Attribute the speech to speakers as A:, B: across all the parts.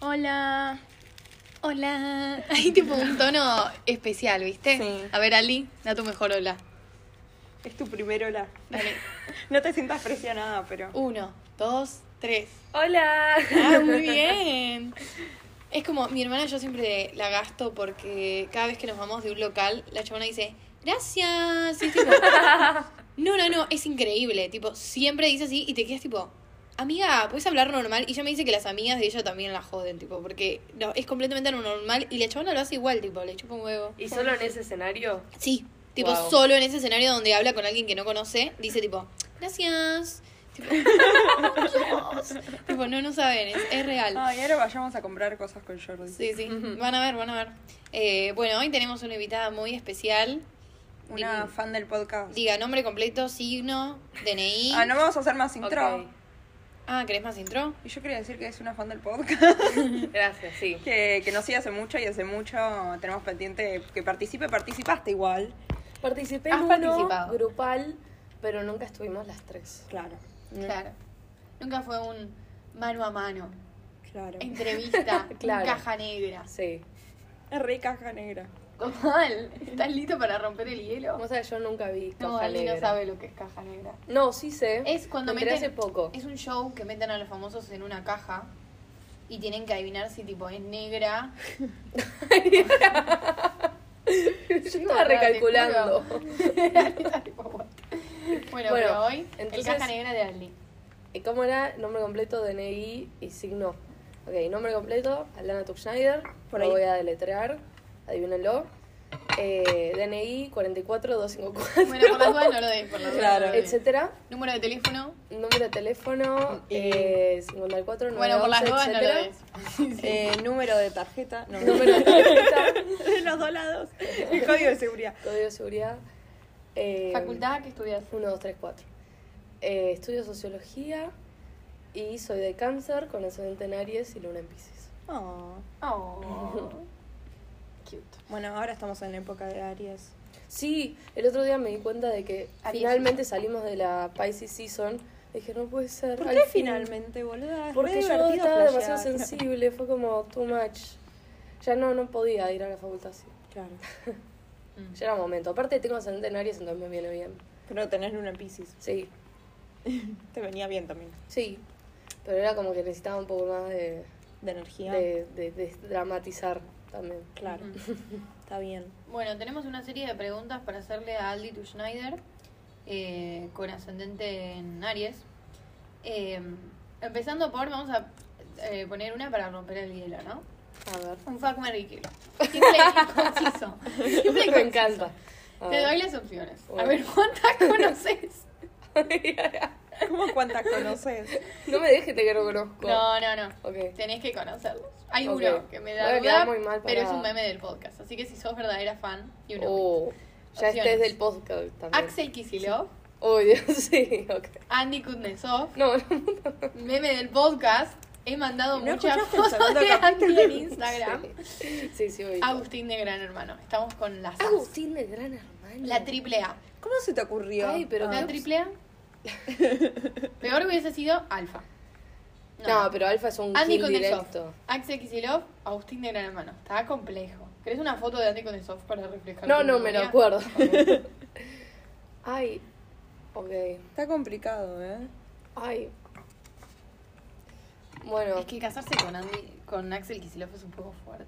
A: Hola.
B: Hola. Hay tipo un tono especial, ¿viste?
A: Sí.
B: A ver, Ali, da tu mejor hola.
A: Es tu primer hola.
B: Dale.
A: No te sientas presionada, pero.
B: Uno, dos, tres.
A: ¡Hola!
B: Ah, muy bien. Es como, mi hermana yo siempre la gasto porque cada vez que nos vamos de un local, la chabona dice, gracias. Y es tipo, no, no, no, es increíble. Tipo, siempre dice así y te quedas tipo, amiga, ¿puedes hablar normal? Y ella me dice que las amigas de ella también la joden, tipo, porque no, es completamente normal y la chabona lo hace igual, tipo, le chupa un huevo.
C: ¿Y solo en ese escenario?
B: Sí, tipo
C: Wow.
B: solo en ese escenario donde habla con alguien que no conoce, dice tipo, gracias. Tipo, Dios. tipo no, no saben, es, es real.
A: Ay, ahora vayamos a comprar cosas con Jordi.
B: Sí, sí,
C: Ujú.
B: van a ver, van a ver. Eh, bueno, hoy tenemos una invitada muy especial.
A: Una
B: Di-
A: fan del podcast.
B: Diga nombre completo, signo, DNI.
A: Ah, no vamos a hacer más intro.
C: Ok,
B: Ah, ¿querés más intro?
A: Y yo quería decir que es una fan del podcast.
C: Gracias, sí.
A: que, que nos sigue hace mucho y hace mucho tenemos pendiente que participe. Participaste igual.
C: Participé
B: Has
C: en uno
B: participado.
C: grupal, pero nunca estuvimos las tres.
A: Claro.
B: Claro. Nunca fue un mano a mano,
A: Claro.
B: entrevista,
C: Claro.
B: caja negra.
C: Sí.
A: Es re caja negra.
B: Comal, ¿estás listo para romper el hielo?
C: Como sabes, yo nunca vi Caja
B: No, Ali no
C: Negra.
B: sabe lo que es caja negra.
C: No, sí sé.
B: Es cuando
C: Me enteré
B: meten-
C: hace poco.
B: Es un show que meten a los famosos en una caja y tienen que adivinar si tipo es negra.
C: yo estaba recalculando.
B: bueno, pero hoy el
C: entonces-
B: caja negra de Ali.
C: ¿Y ¿Cómo era? Nombre completo, DNI y signo. Ok, nombre completo, Alana Tuckschneider.
A: Por
C: Por
A: ahí.
C: Lo voy a deletrear, adivínenlo. Eh, DNI 44254,
B: Bueno, por las dudas no lo den, por las dudas.
A: Claro.
B: no lo den.
C: etcétera.
B: Número de teléfono.
C: Número de teléfono
A: Y-
C: eh, 54
B: Bueno, por las dudas no lo
C: etcétera.
B: des. Sí, sí.
A: Eh, número de tarjeta. No,
C: Número de tarjeta,
A: de los dos lados. El código de seguridad.
C: código de seguridad. eh,
B: Facultad que estudias.
C: 1, 2, 3, 4. Eh, estudio sociología y soy de cáncer con ascendente en Aries y luna en Pisces.
A: Oh.
B: Oh. Cute.
A: Bueno, ahora estamos en la época de Aries.
C: Sí, el otro día me di cuenta de que
B: Aries.
C: finalmente salimos de la Pisces Season. Dije, no puede ser.
A: ¿Por
C: al
A: qué
C: fin".
A: finalmente, boluda? Es re
C: Porque yo estaba
A: divertido
C: demasiado
A: flashear.
C: sensible, fue como too much. Ya no, no podía ir a la facultad así.
A: Claro.
B: Mm.
C: Ya era momento. Aparte tengo ascendente en Aries, entonces me viene bien.
A: Pero tenés luna en Pisces.
C: Sí,
A: Te venía bien también.
C: sí. Pero era como que necesitaba un poco más de,
A: De energía.
C: de, de- de dramatizar también.
A: Claro.
B: Mm.
A: Está bien.
B: Bueno, tenemos una serie de preguntas para hacerle a Aldi Tu Schneider, eh, con ascendente en Aries. Eh, empezando por, vamos a eh, poner una para romper el hielo, ¿no?
C: A ver.
B: Un fuck Mary Kill. Simple y conciso. Simple y
C: Me
B: conciso.
C: encanta. A
B: Te
C: ver.
B: doy las opciones. A
C: Bueno.
B: ver cuántas conoces.
A: ¿Cómo cuántas conoces?
C: No me dejes que no conozco.
B: No, no, no.
C: Ok.
B: Tenés que conocerlos. Hay
C: Ok.
B: uno que me da
C: Voy a
B: duda,
C: quedar muy mal
B: pero es
C: parada.
B: un meme del podcast. Así que si sos verdadera fan, y uno.
C: Oh, ya
B: Opciones.
C: este es del podcast también.
B: Axel Kisilov,
C: Oh, Dios, sí, ok.
B: Andy Kuznetsov,
C: No, no,
B: meme del podcast, he mandado
A: No
B: muchas
A: escuchaste el
B: fotos
A: segundo
B: de Andy
A: capítulo.
B: en Instagram.
C: sí. Sí, sí, oí.
B: Agustín de Gran Hermano. Estamos con las as.
C: Agustín de Gran Hermano.
B: La triple A.
A: ¿Cómo se te ocurrió?
C: Ay, pero
B: La
C: no.
B: triple A. Peor hubiese sido Alfa.
C: No, pero Alfa es un
B: Andy
C: kill
B: Condensov.
C: directo.
B: Axel Kisilov, Agustín de Gran Hermano. Está complejo. ¿Querés una foto de Andy Condensov para reflejar?
C: No,
B: tu
C: no, me lo
B: memoria?
C: acuerdo. Ay, ok.
A: Está complicado, ¿eh?
C: Ay. Bueno,
B: Es que casarse con Andy, con Axel Kisilov es un poco fuerte.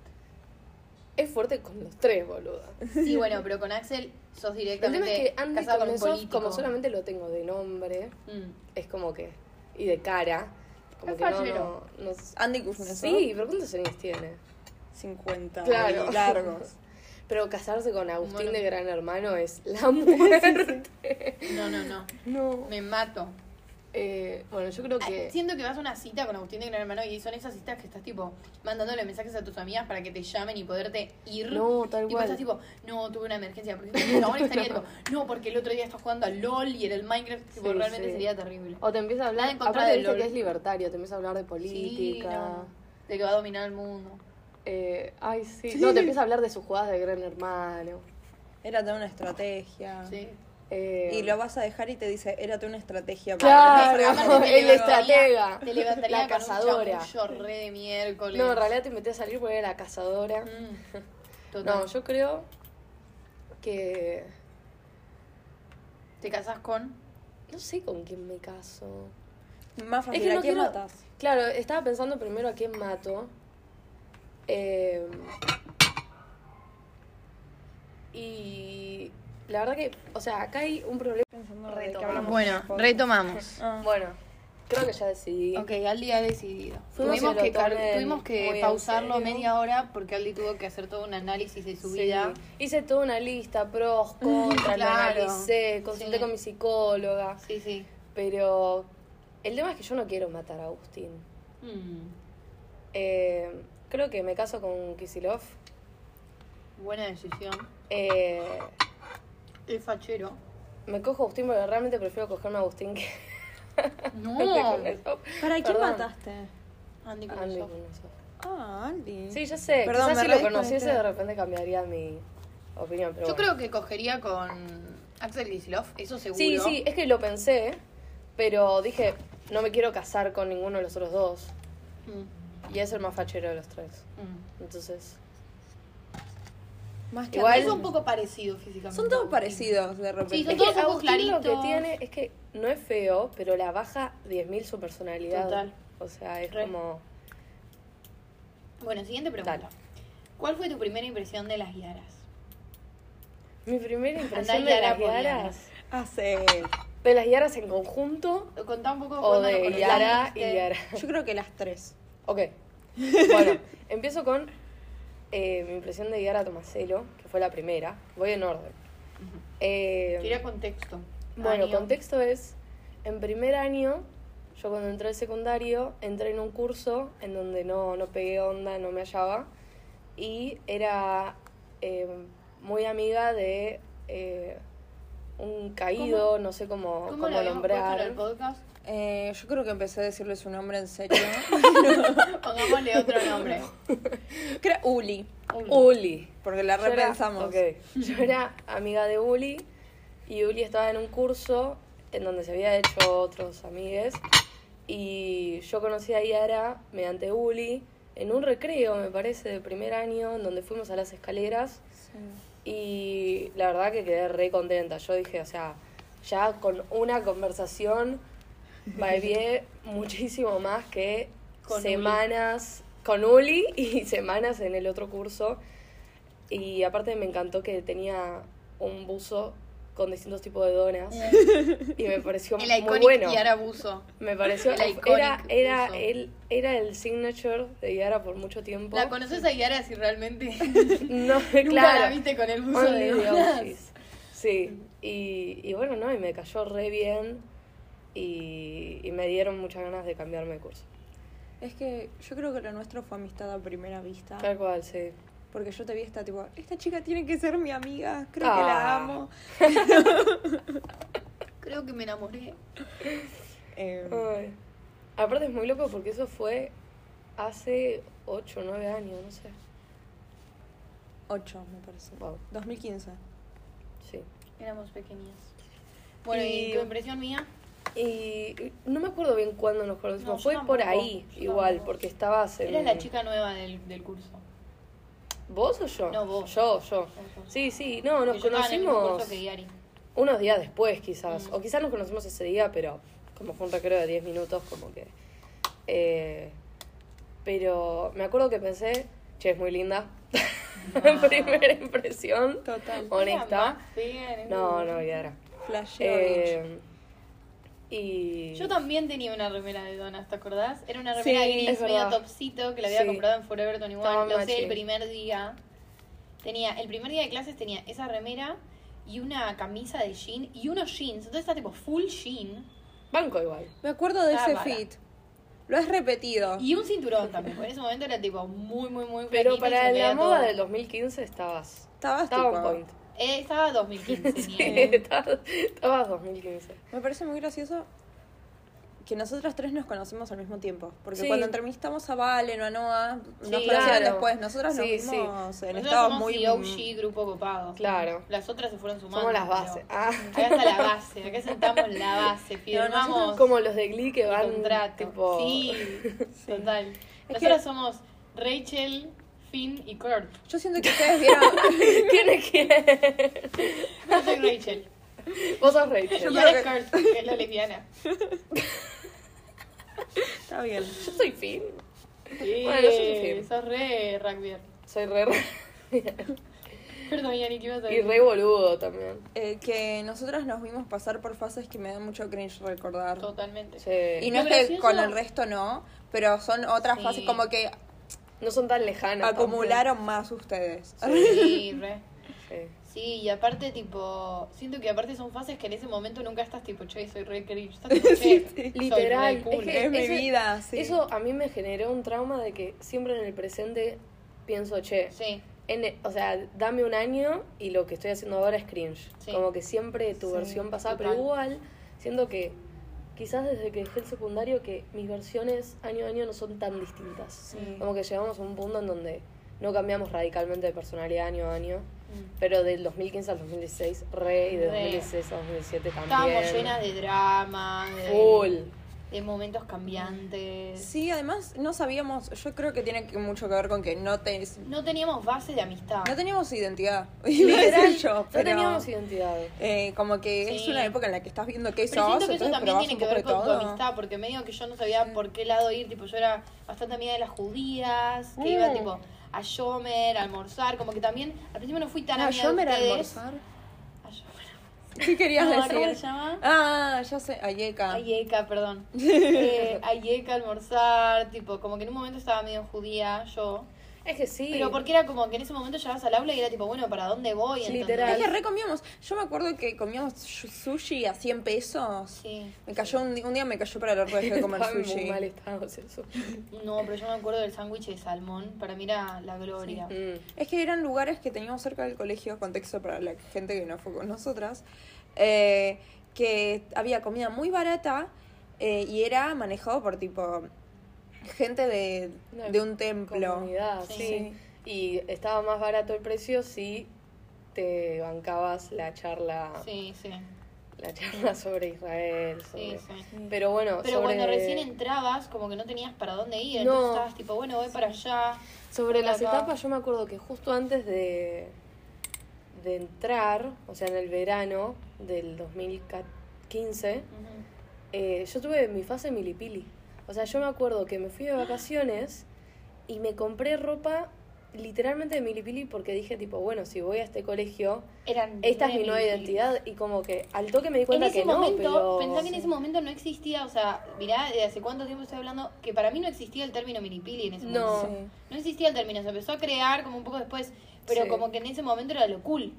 C: es fuerte con los tres, boluda.
B: Sí, bueno, pero con Axel sos
C: El tema
B: directamente
C: es que Andy
B: casado con un
C: Condensov,
B: político.
C: como solamente lo tengo de nombre,
B: Mm.
C: es como que. y de cara. Como
B: Es
C: que no, no,
B: fachero.
C: no sé. Ah,
A: Andy Kuznetsov.
C: Sí, pero ¿cuántos años tiene?
A: 50.
C: Claro.
A: y largos.
C: Pero casarse con Agustín
B: Bueno.
C: de Gran Hermano es la muerte.
B: No, no, no.
A: No.
B: Me mato.
C: Eh, bueno, yo creo
B: Ay,
C: que.
B: Ah, Siento que vas a una cita con Agustín de Gran Hermano y son esas citas que estás tipo mandándole mensajes a tus amigas para que te llamen y poderte ir.
C: No, tal
B: y vos
C: cual.
B: estás tipo, no, tuve una emergencia. Porque el chabón estaría tipo, no, porque el otro día estaba jugando al LOL y en el Minecraft. Tipo,
C: Sí,
B: realmente
C: sí.
B: sería terrible.
C: O te empieza a
B: Nada
C: hablar.
B: en contra
C: Aparte,
B: del
C: viste
B: LOL.
C: que es libertario, te empieza a hablar de
B: Sí,
C: política.
B: no. De que va a dominar el mundo.
C: Eh, ay, sí. No, te empieza a hablar de sus jugadas de Gran Hermano.
A: Era toda una estrategia.
B: Sí.
C: Eh,
A: Y lo vas a dejar y te dice, érate una estrategia
C: Claro,
A: para
B: Aparte te
C: el
B: levantaría-
C: estratega.
B: Te levantaría
C: La
B: con un
C: cazadora.
B: chamullo re de miércoles.
C: No, en realidad te metí a salir porque era la cazadora.
B: Mm, total.
C: No, yo creo que.
B: Te casás con.
C: No sé con quién me caso.
A: Más fácil, ¿a quién matas?
C: Claro, estaba pensando primero a quién mato. Eh, y la verdad que, o sea, acá hay un problema.
A: Pensando
C: Reto.
A: de qué hablamos.
B: Bueno, retomamos.
A: Ah.
C: Bueno, creo que ya decidí.
B: Ok, Aldi ha decidido.
C: Fuimos
B: Tuvimos
C: y lo
B: que, car-
C: tomé
B: tuvimos que
C: muy en
B: pausarlo
C: serio.
B: media hora porque Aldi tuvo que hacer todo un análisis de su
C: Sí.
B: vida.
C: Hice toda una lista, pros, contras, la
B: Claro.
C: analicé, consulté
B: Sí.
C: con mi psicóloga.
B: Sí, sí.
C: Pero el tema es que yo no quiero matar a Agustín.
B: Mm,
C: Eh, creo que me caso con Kisilov.
B: buena decisión.
C: Eh,
B: Es fachero.
C: me cojo a Agustín porque realmente prefiero cogerme a Agustín que
B: No.
C: que con Azov.
A: ¿Para quién
C: Perdón.
A: mataste?
B: Andy con
C: Andy
B: eso.
C: con Azov.
A: Ah, Andy.
C: Sí, ya sé.
A: Perdón,
C: Quizás
A: me
C: si lo
A: redesconecté.
C: conociese de repente cambiaría mi opinión. Pero
B: Yo
C: bueno.
B: creo que cogería con Axel Kisilov, eso seguro.
C: Sí, sí, es que lo pensé, pero dije, no me quiero casar con ninguno de los otros dos.
B: Mm,
C: Y es el más fachero de los tres.
B: mm.
C: Entonces,
A: Más
C: Igual-
B: Es un poco parecido físicamente.
A: Son todos parecidos de repente.
B: Sí, son
C: Es
B: todos
C: que
B: ojos
C: Agustín lo que
B: claritos.
C: tiene es que no es feo, pero la baja 10.000 su personalidad.
B: Total.
C: O sea, es
B: Re.
C: como...
B: Bueno, siguiente pregunta.
C: Dale.
B: ¿Cuál fue tu primera impresión de las guiaras?
C: Mi primera impresión
B: Andá,
C: de
B: Yara,
C: las
B: por
C: Yaras...
A: Hace.
C: De las Yaras en conjunto
B: Contá un poco
C: o
B: cuándo nos
C: de
B: conociste.
C: Yara y Yara.
A: Yo creo que las tres.
C: Ok. Bueno, empiezo con eh, mi impresión de Yara Tomaselo, que fue la primera. Voy en orden. Eh,
B: Quería contexto.
C: Bueno,
B: Año.
C: contexto es, en primer año, yo cuando entré al secundario, entré en un curso en donde no, no pegué onda, no me hallaba, y era eh, muy amiga de eh, un caído, no sé cómo,
B: ¿Cómo,
C: cómo,
B: lo habíamos puesto en
C: nombrar.
B: el podcast?
A: Eh, yo creo que empecé a decirle su nombre en serio.
B: Pongámosle otro nombre.
A: Creo Uli,
C: Uli.
A: porque la
C: Yo era-
A: repensamos.
C: ok. Yo era amiga de Uli y Uli estaba en un curso en donde se había hecho otros amigues y yo conocí a Yara mediante Uli en un recreo, me parece, de primer año, en donde fuimos a las escaleras y la verdad que quedé re contenta. Yo dije, o sea, ya con una conversación viví muchísimo más que
B: Con Uli.
C: semanas con Uli y semanas en el otro curso. Y aparte me encantó que tenía un buzo con distintos tipos de donas y me pareció
B: El
C: muy
B: iconic
C: bueno.
B: Yara Buzo.
C: Me pareció
B: el iconic
C: era era
B: buzo.
C: el era el signature de Yara por mucho tiempo.
B: ¿La conoces a Yara si realmente
C: no,
B: nunca la
C: claro.
B: viste con el buzo
C: Only
B: de
C: the
B: Donas?
C: OGs. Sí, y, y bueno, no, y me cayó re bien y, y me dieron muchas ganas de cambiarme de curso.
A: Es que yo creo que lo nuestro fue amistad a primera
B: Ah.
A: vista.
C: Tal cual, sí.
A: Porque yo te vi esta tipo, esta chica tiene que ser mi amiga, creo que
C: Ah.
A: la amo.
B: Creo que me enamoré.
A: Eh,
C: Ay. Aparte es muy loco porque eso fue hace 8 o 9 años, no sé.
A: 8, me parece.
C: Wow,
A: 2015.
C: sí.
B: Éramos pequeñas. Bueno, ¿y,
C: Y-
B: tu impresión mía?
C: Y no me acuerdo bien cuándo nos conocimos,
B: No, yo
C: fue por
B: tampoco,
C: ahí
B: yo
C: igual,
B: tampoco.
C: porque estabas en...
B: Eras la chica nueva del, del curso.
C: ¿Vos o yo?
B: No, vos.
C: Yo, yo. Sí, sí, no, nos
B: Porque yo estaba en el mismo
C: conocimos...
B: curso que Yari.
C: unos días después quizás,
B: Mm.
C: o quizás nos conocimos ese día, pero como fue un recreo de 10 minutos, como que... eh, pero me acuerdo que pensé, che, es muy linda. Primera impresión.
A: Total.
B: Era
C: Honesta.
B: más fea en ese
C: No,
B: momento.
C: no, ya era.
A: Flasheo. bicho.
C: Eh, y...
B: Yo también tenía una remera de donas, ¿te acordás? Era una remera
A: Sí,
B: gris,
C: es
B: media
C: verdad.
B: topsito, que la había
C: Sí.
B: comprado en Forever 21.
C: Estaba
B: la usé
C: matching.
B: el primer día. Tenía, el primer día de clases tenía esa remera y una camisa de jean y unos jeans. Entonces está tipo full jean
C: Banco igual.
A: Me acuerdo de ese
B: Cámara.
A: fit. Lo has repetido.
B: y un cinturón también. porque En ese momento era tipo muy, muy, muy flaquita y
C: Pero
B: se
C: para
B: me veía
C: la moda
B: todo.
C: del 2015 estabas...
A: Estabas
C: Estaba
A: tipo-
C: un point.
B: Eh, estaba 2015.
C: Sí,
B: ni idea.
C: estabas, estabas 2015.
A: Me parece muy gracioso que nosotros tres nos conocemos al mismo tiempo. Porque
C: Sí.
A: cuando entrevistamos a Valen o a Noah, nos
C: Sí,
A: conocieron
C: claro.
A: después. pues, Nosotras nos
C: Sí, sí.
A: vimos en
B: Nosotras
A: estados
B: somos
A: muy.
B: COG, grupo copado.
C: Claro.
B: Las otras se fueron sumando.
C: Somos las
B: pero-
C: bases. Ah.
B: Acá está la base, acá sentamos la base, firmamos
C: Como los de Glee que
B: el
C: van
B: contrato.
C: tipo
B: Sí, total.
A: Es
B: Nosotras
A: que-
B: somos Rachel, Finn y Kurt.
A: Yo siento que ustedes vieron.
C: ¿Quién es quién?
B: Yo soy Rachel.
C: Vos sos
B: Yo
C: Rachel.
A: Yo
B: soy
A: creo
B: Kurt, que es la lesbiana.
A: Está bien.
C: Yo soy Finn.
B: Sí,
C: Bueno, yo soy Finn.
B: Eh, sos re rugbyer.
C: Soy re
B: Perdón, Yanni, ¿qué ibas a
C: y
B: decir?
C: re boludo también.
A: Eh, que nosotras nos vimos pasar por fases que me dan mucho cringe recordar.
B: Totalmente.
C: Sí.
A: Y no es
B: Lo
A: que
B: gracioso-
A: con el resto no, pero son otras
B: Sí.
A: fases como que
C: No son tan lejanas.
A: acumularon más ustedes.
B: Sí, re.
C: tampoco. Sí.
B: Sí, y aparte, tipo, siento que aparte son fases que en ese momento nunca estás tipo, che, soy re cringe. Estás tipo, che, soy re
C: Literal, es
B: cool.
C: que-
A: Es mi
C: ese-
A: vida, sí.
C: Eso a mí me generó un trauma de que siempre en el presente pienso, che,
B: Sí,
C: en- e, o sea, dame un año y lo que estoy haciendo ahora es cringe.
B: Sí.
C: Como que siempre tu
B: Sí,
C: versión pasada, pero
B: total.
C: igual, siento que quizás desde que dejé el secundario que mis versiones año a año no son tan distintas.
A: Sí.
C: Como que llegamos a un punto en donde no cambiamos radicalmente de personalidad año a año, pero del 2015 al 2016, re, y de
B: Re.
C: 2016 a 2017 también.
B: estábamos llenas de drama, de,
C: Full.
B: de momentos cambiantes.
A: Sí, además no sabíamos, yo creo que tiene que- mucho que ver con que no, te,
B: No teníamos base de amistad.
A: no teníamos identidad.
C: Literal,
A: Literal, yo,
C: no
A: pero,
C: teníamos identidad.
A: eh, como que es
B: Sí.
A: una época en la que estás viendo qué
B: Pero
A: sos,
B: siento que eso
A: entonces
B: también
A: probás
B: tiene
A: un
B: que
A: poco
B: ver
A: de
B: con tu
A: todo.
B: amistad, porque medio que yo no sabía por qué lado ir, tipo, yo era bastante amiga de las judías, que
A: Mm.
B: iba tipo a Yomer, a almorzar, como que también, al principio no fui tan
A: Ah,
B: amiga
A: yo
B: de
A: me era
B: ustedes.
A: almorzar.
B: A Yomer.
A: ¿Qué querías
B: No, ¿Cómo se
A: decir?
B: llama?
A: Ah, ya sé, Ayeka.
B: Ayeka, perdón. Eh, Ayeka, almorzar, tipo, como que en un momento estaba medio judía yo.
C: Es que sí.
B: Pero porque era como que en ese momento llegabas al aula y era tipo, bueno, ¿para dónde voy?
C: Sí,
B: ¿Entendés?
C: literal.
A: Es que re comíamos. Yo me acuerdo que comíamos su- sushi a 100 pesos.
B: Sí.
A: Me cayó un, di- un día me cayó para el orto dejé de comer
C: Estaba en muy
A: sushi.
C: mal estado eso.
B: No, pero yo me acuerdo del sándwich de salmón. Para mí era la gloria.
C: Mm.
A: Es que eran lugares que teníamos cerca del colegio, contexto para la gente que no fue con nosotras, eh, que había comida muy barata eh, y era manejado por tipo gente de,
C: Una
A: de un templo.
C: Comunidad, sí.
B: Sí.
C: Y estaba más barato el precio si te bancabas la charla,
B: Sí, sí.
C: la charla sobre Israel.
B: Sí,
C: sobre-
B: sí.
C: Pero bueno,
B: Pero
C: sobre,
B: cuando recién entrabas, como que no tenías para dónde ir.
C: No.
B: Entonces estabas tipo, bueno, voy para allá.
C: sobre las
B: acá.
C: etapas yo me acuerdo que justo antes de, de entrar, o sea, en el verano del 2015,
B: Ujú.
C: Eh, yo tuve mi fase milipili. O sea, yo me acuerdo que me fui de vacaciones y me compré ropa literalmente de milipili porque dije, tipo, bueno, si voy a este colegio,
B: Eran
C: esta es
B: re
C: mi nueva
B: mil kilos.
C: identidad. Y como que al toque me di
B: En
C: cuenta
B: ese
C: que
B: momento,
C: no, pero...
B: pensá que en ese momento no existía, o sea, mirá, de hace cuánto tiempo estoy hablando, que para mí no existía el término minipili en ese
C: No.
B: momento. No existía el término, se empezó a crear como un poco después, pero
C: Sí.
B: como que en ese momento era lo cool.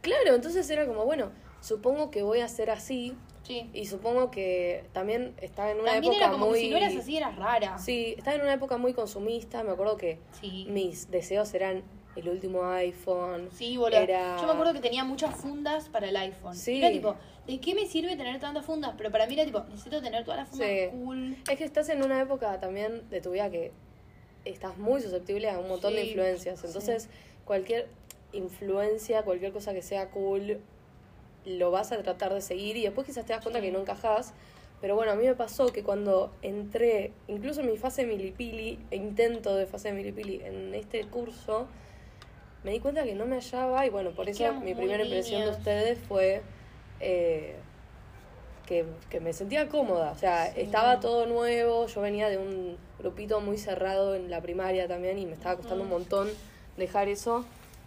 C: Claro, entonces era como, bueno, supongo que voy a ser así
B: Sí.
C: y supongo que también estaba en una
B: También
C: época
B: era como
C: muy...
B: que si no eras así eras rara.
C: Sí, estaba en una época muy consumista. Me acuerdo que
B: Sí.
C: mis deseos eran el último iPhone.
B: Sí, boludo.
C: Era-
B: Yo me acuerdo que tenía muchas fundas para el iPhone.
C: Sí.
B: Era tipo, ¿de qué me sirve tener tantas fundas? Pero para mí era tipo, necesito tener todas las fundas
C: Sí.
B: cool.
C: Es que estás en una época también de tu vida que estás muy susceptible a un montón de
B: Sí,
C: influencias.
B: sí.
C: Entonces, cualquier influencia, cualquier cosa que sea cool, lo vas a tratar de seguir y después quizás te das cuenta que no encajás. Pero bueno, a mí me pasó que cuando entré, incluso en mi fase de milipili, e intento de fase de milipili en este curso, me di cuenta que no me hallaba y bueno, por
B: Es que
C: eso
B: éramos
C: mi
B: muy
C: primera impresión de
B: niños.
C: ustedes fue... eh, que, que me sentía cómoda. O sea, estaba todo nuevo, yo venía de un grupito muy cerrado en la primaria también y me estaba costando un montón dejar eso,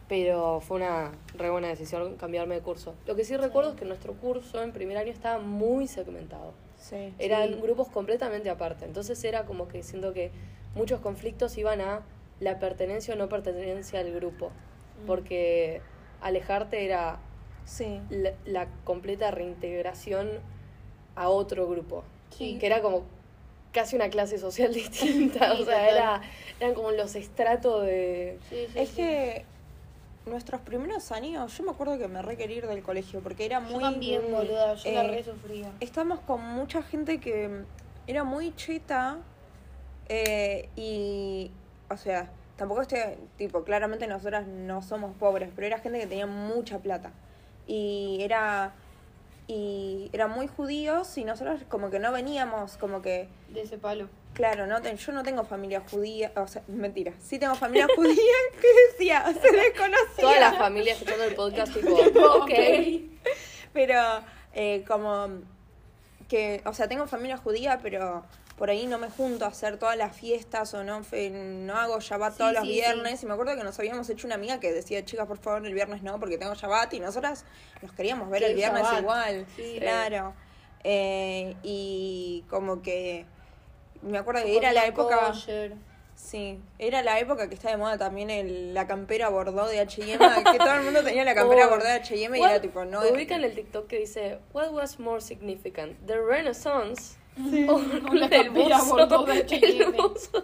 C: pero fue una re buena decisión cambiarme de curso. Lo que sí recuerdo es que nuestro curso en primer año estaba muy segmentado.
A: Sí.
C: Eran grupos completamente aparte. Entonces era como que siento que muchos conflictos iban a la pertenencia o no pertenencia al grupo. Porque alejarte era
A: Sí.
C: la, la completa reintegración a otro grupo.
B: Sí.
C: Que era como casi una clase social distinta.
B: Sí,
C: o sea,
B: total.
C: era, eran como los estratos de.
B: Sí, sí,
A: Es
B: sí.
A: que nuestros primeros años, yo me acuerdo que me re quería ir del colegio porque era
B: Yo
A: muy.
B: también, boluda, yo la
A: eh,
B: re sufría.
A: Estamos con mucha gente que era muy cheta eh, y, o sea, tampoco estoy, tipo, claramente nosotras no somos pobres, pero era gente que tenía mucha plata y era y eran muy judíos y nosotros como que no veníamos, como que
B: de ese palo.
A: Claro, no ten- yo no tengo familia judía, o sea, mentira, sí tengo familia judía, que decía? Se desconocía.
C: Toda la familia escuchando el podcast, tipo, ok.
A: Pero eh, como que, o sea, tengo familia judía, pero por ahí no me junto a hacer todas las fiestas o no, fe- no hago Shabbat
B: Sí,
A: todos los
B: sí,
A: viernes. Y me acuerdo que nos habíamos hecho una amiga que decía, chicas, por favor, el viernes no, porque tengo Shabbat. Y nosotras nos queríamos ver
B: Sí,
A: el viernes
B: Shabbat.
A: igual.
B: Sí.
A: Claro. Eh, y como que me acuerdo que
B: Yo
A: era la
B: comía
A: época...
B: kosher.
A: Sí, era la época que estaba de moda también el, la campera bordó de H&M, que todo el mundo tenía la campera
C: Oh.
A: bordó de H&M y
C: What-
A: era tipo, no...
C: Ubican el TikTok que dice, What was more significant, the Renaissance o
B: Una
C: el
B: campera
C: buzo?"
B: bordó de H&M.
C: El buzo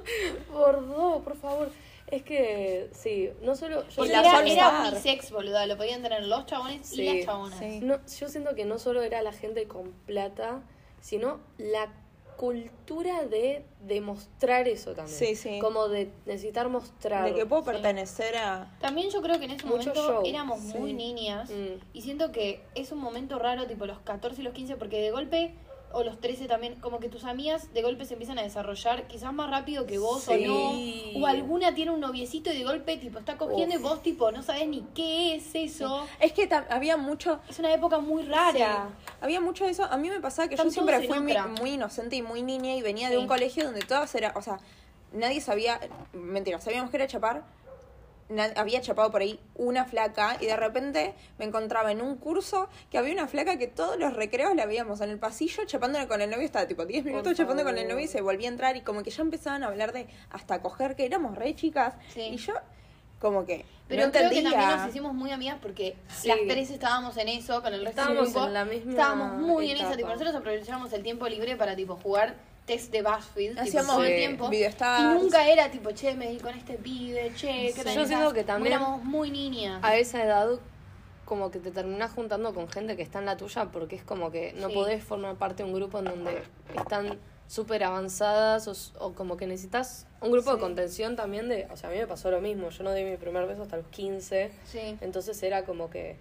C: bordó, por favor. Es que, sí, no solo... Yo,
B: Porque
A: la
B: era,
A: All
B: era
A: Star.
B: unisex, boluda. Lo podían tener los chabones
C: Sí.
B: y las chabonas.
A: Sí.
C: no- yo siento que no solo era la gente con plata, sino la cultura de demostrar eso también.
A: Sí, sí.
C: Como de necesitar mostrar.
A: De que puedo
B: Sí.
A: pertenecer a...
B: También yo creo que en ese
C: Mucho
B: momento
C: show.
B: éramos
A: Sí.
B: muy niñas.
C: Mm.
B: Y siento que es un momento raro, tipo los 14 y los 15, porque de golpe, o los 13 también, como que tus amigas de golpe se empiezan a desarrollar, quizás más rápido que vos
A: Sí.
B: o no. O alguna tiene un noviecito y de golpe, tipo, está cogiendo y vos, tipo, no sabes ni qué es eso.
A: Es que tam- había mucho...
B: Es una época muy rara.
A: Sí, había mucho de eso. A mí me pasaba que
B: Están
A: yo siempre
B: todos en
A: fui muy,
B: otra.
A: muy inocente y muy niña y venía de
B: Sí.
A: un colegio donde todas era, o sea, nadie sabía, mentira, sabíamos que era chapar. na- Había chapado por ahí una flaca y de repente me encontraba en un curso que había una flaca que todos los recreos la veíamos en el pasillo chapándola con el novio, estaba tipo 10 minutos chapando con el novio y se volvía a entrar y como que ya empezaban a hablar de hasta coger, que éramos re chicas
B: Sí.
A: y yo como que
B: Pero
A: no
B: creo
A: entendía.
B: que también nos hicimos muy amigas porque
C: Sí.
B: las tres estábamos en eso con el resto del
C: Estábamos
B: grupo.
C: en la misma
B: estábamos muy en
C: etapa.
B: eso. Tipo, nosotros aprovechábamos el tiempo libre para tipo jugar test de BuzzFeed. tipo,
A: Hacíamos
B: todo el
C: sí.
B: tiempo.
A: videostars.
B: Y nunca era tipo, che, me di con este pibe, che,
C: Sí.
B: ¿qué tal
C: Yo
B: estás?
C: siento que también-
B: Éramos muy niñas.
C: a esa edad como que te terminás juntando con gente que está en la tuya porque es como que no
B: Sí.
C: podés formar parte de un grupo en donde están súper avanzadas o, s- o como que necesitas un grupo de contención también de... O sea, a mí me pasó lo mismo, yo no di mi primer beso hasta los 15,
B: Sí.
C: entonces era como que...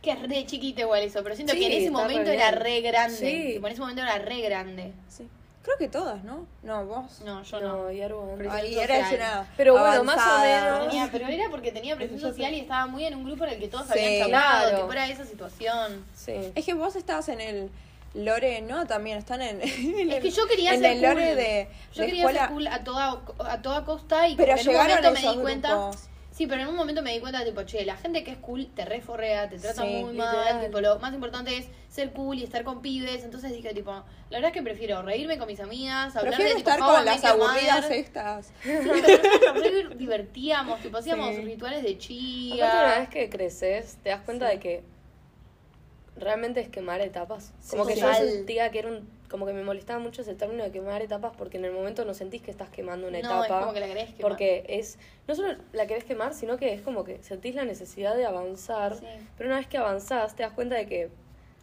B: Que es re chiquito igual eso, pero siento
C: Sí,
B: que en ese
C: está re
B: momento
C: bien.
B: era re grande.
C: Sí.
B: Tipo, en ese momento era re grande.
A: Sí. Creo que todas, ¿no? No, vos.
B: No, yo no.
C: No, y algo antes.
B: Presión
A: Ahí
B: social.
A: era una
C: Pero bueno, más o
A: avanzada.
C: menos.
B: Tenía- pero era porque tenía presión social y estaba muy en un grupo en el que todos
A: Sí,
B: habían llamado,
C: claro.
B: tipo era esa situación.
C: Sí.
A: Es que vos estabas en el lore, ¿no? También están en, en
B: Es
A: el-
B: que yo quería
A: en
B: ser
A: el lore
B: cool.
A: de,
B: Yo
A: de
B: quería
A: escuela.
B: ser cool a toda, a toda costa y
A: Pero
B: como que en un
A: llegaron
B: momento me
A: esos
B: di cuenta.
A: grupos.
B: Sí, pero en un momento me di cuenta, tipo, che, la gente que es cool te reforrea, te trata
A: Sí,
B: muy mal,
C: literal.
B: tipo, lo más importante es ser cool y estar con pibes. Entonces dije, tipo, la verdad es que prefiero reírme con mis amigas, hablar
A: Prefiero
B: de tipo,
A: estar
B: How I
A: con
B: Met
A: las
B: Your
A: aburridas
B: Mother.
A: estas.
B: Pero nos re divertíamos, tipo, hacíamos
A: Sí.
B: rituales de
C: Y una
B: chía.
C: vez que creces, te das cuenta de que realmente es quemar etapas.
A: Sí,
C: Como que yo
B: total.
C: sentía que era un. Como que me molestaba mucho ese término de quemar etapas porque en el momento no sentís que estás quemando una
B: No,
C: etapa.
B: es como que la querés quemar.
C: Porque es. No solo la querés quemar, sino que es como que sentís la necesidad de avanzar.
B: Sí.
C: Pero una vez que avanzás, te das cuenta de que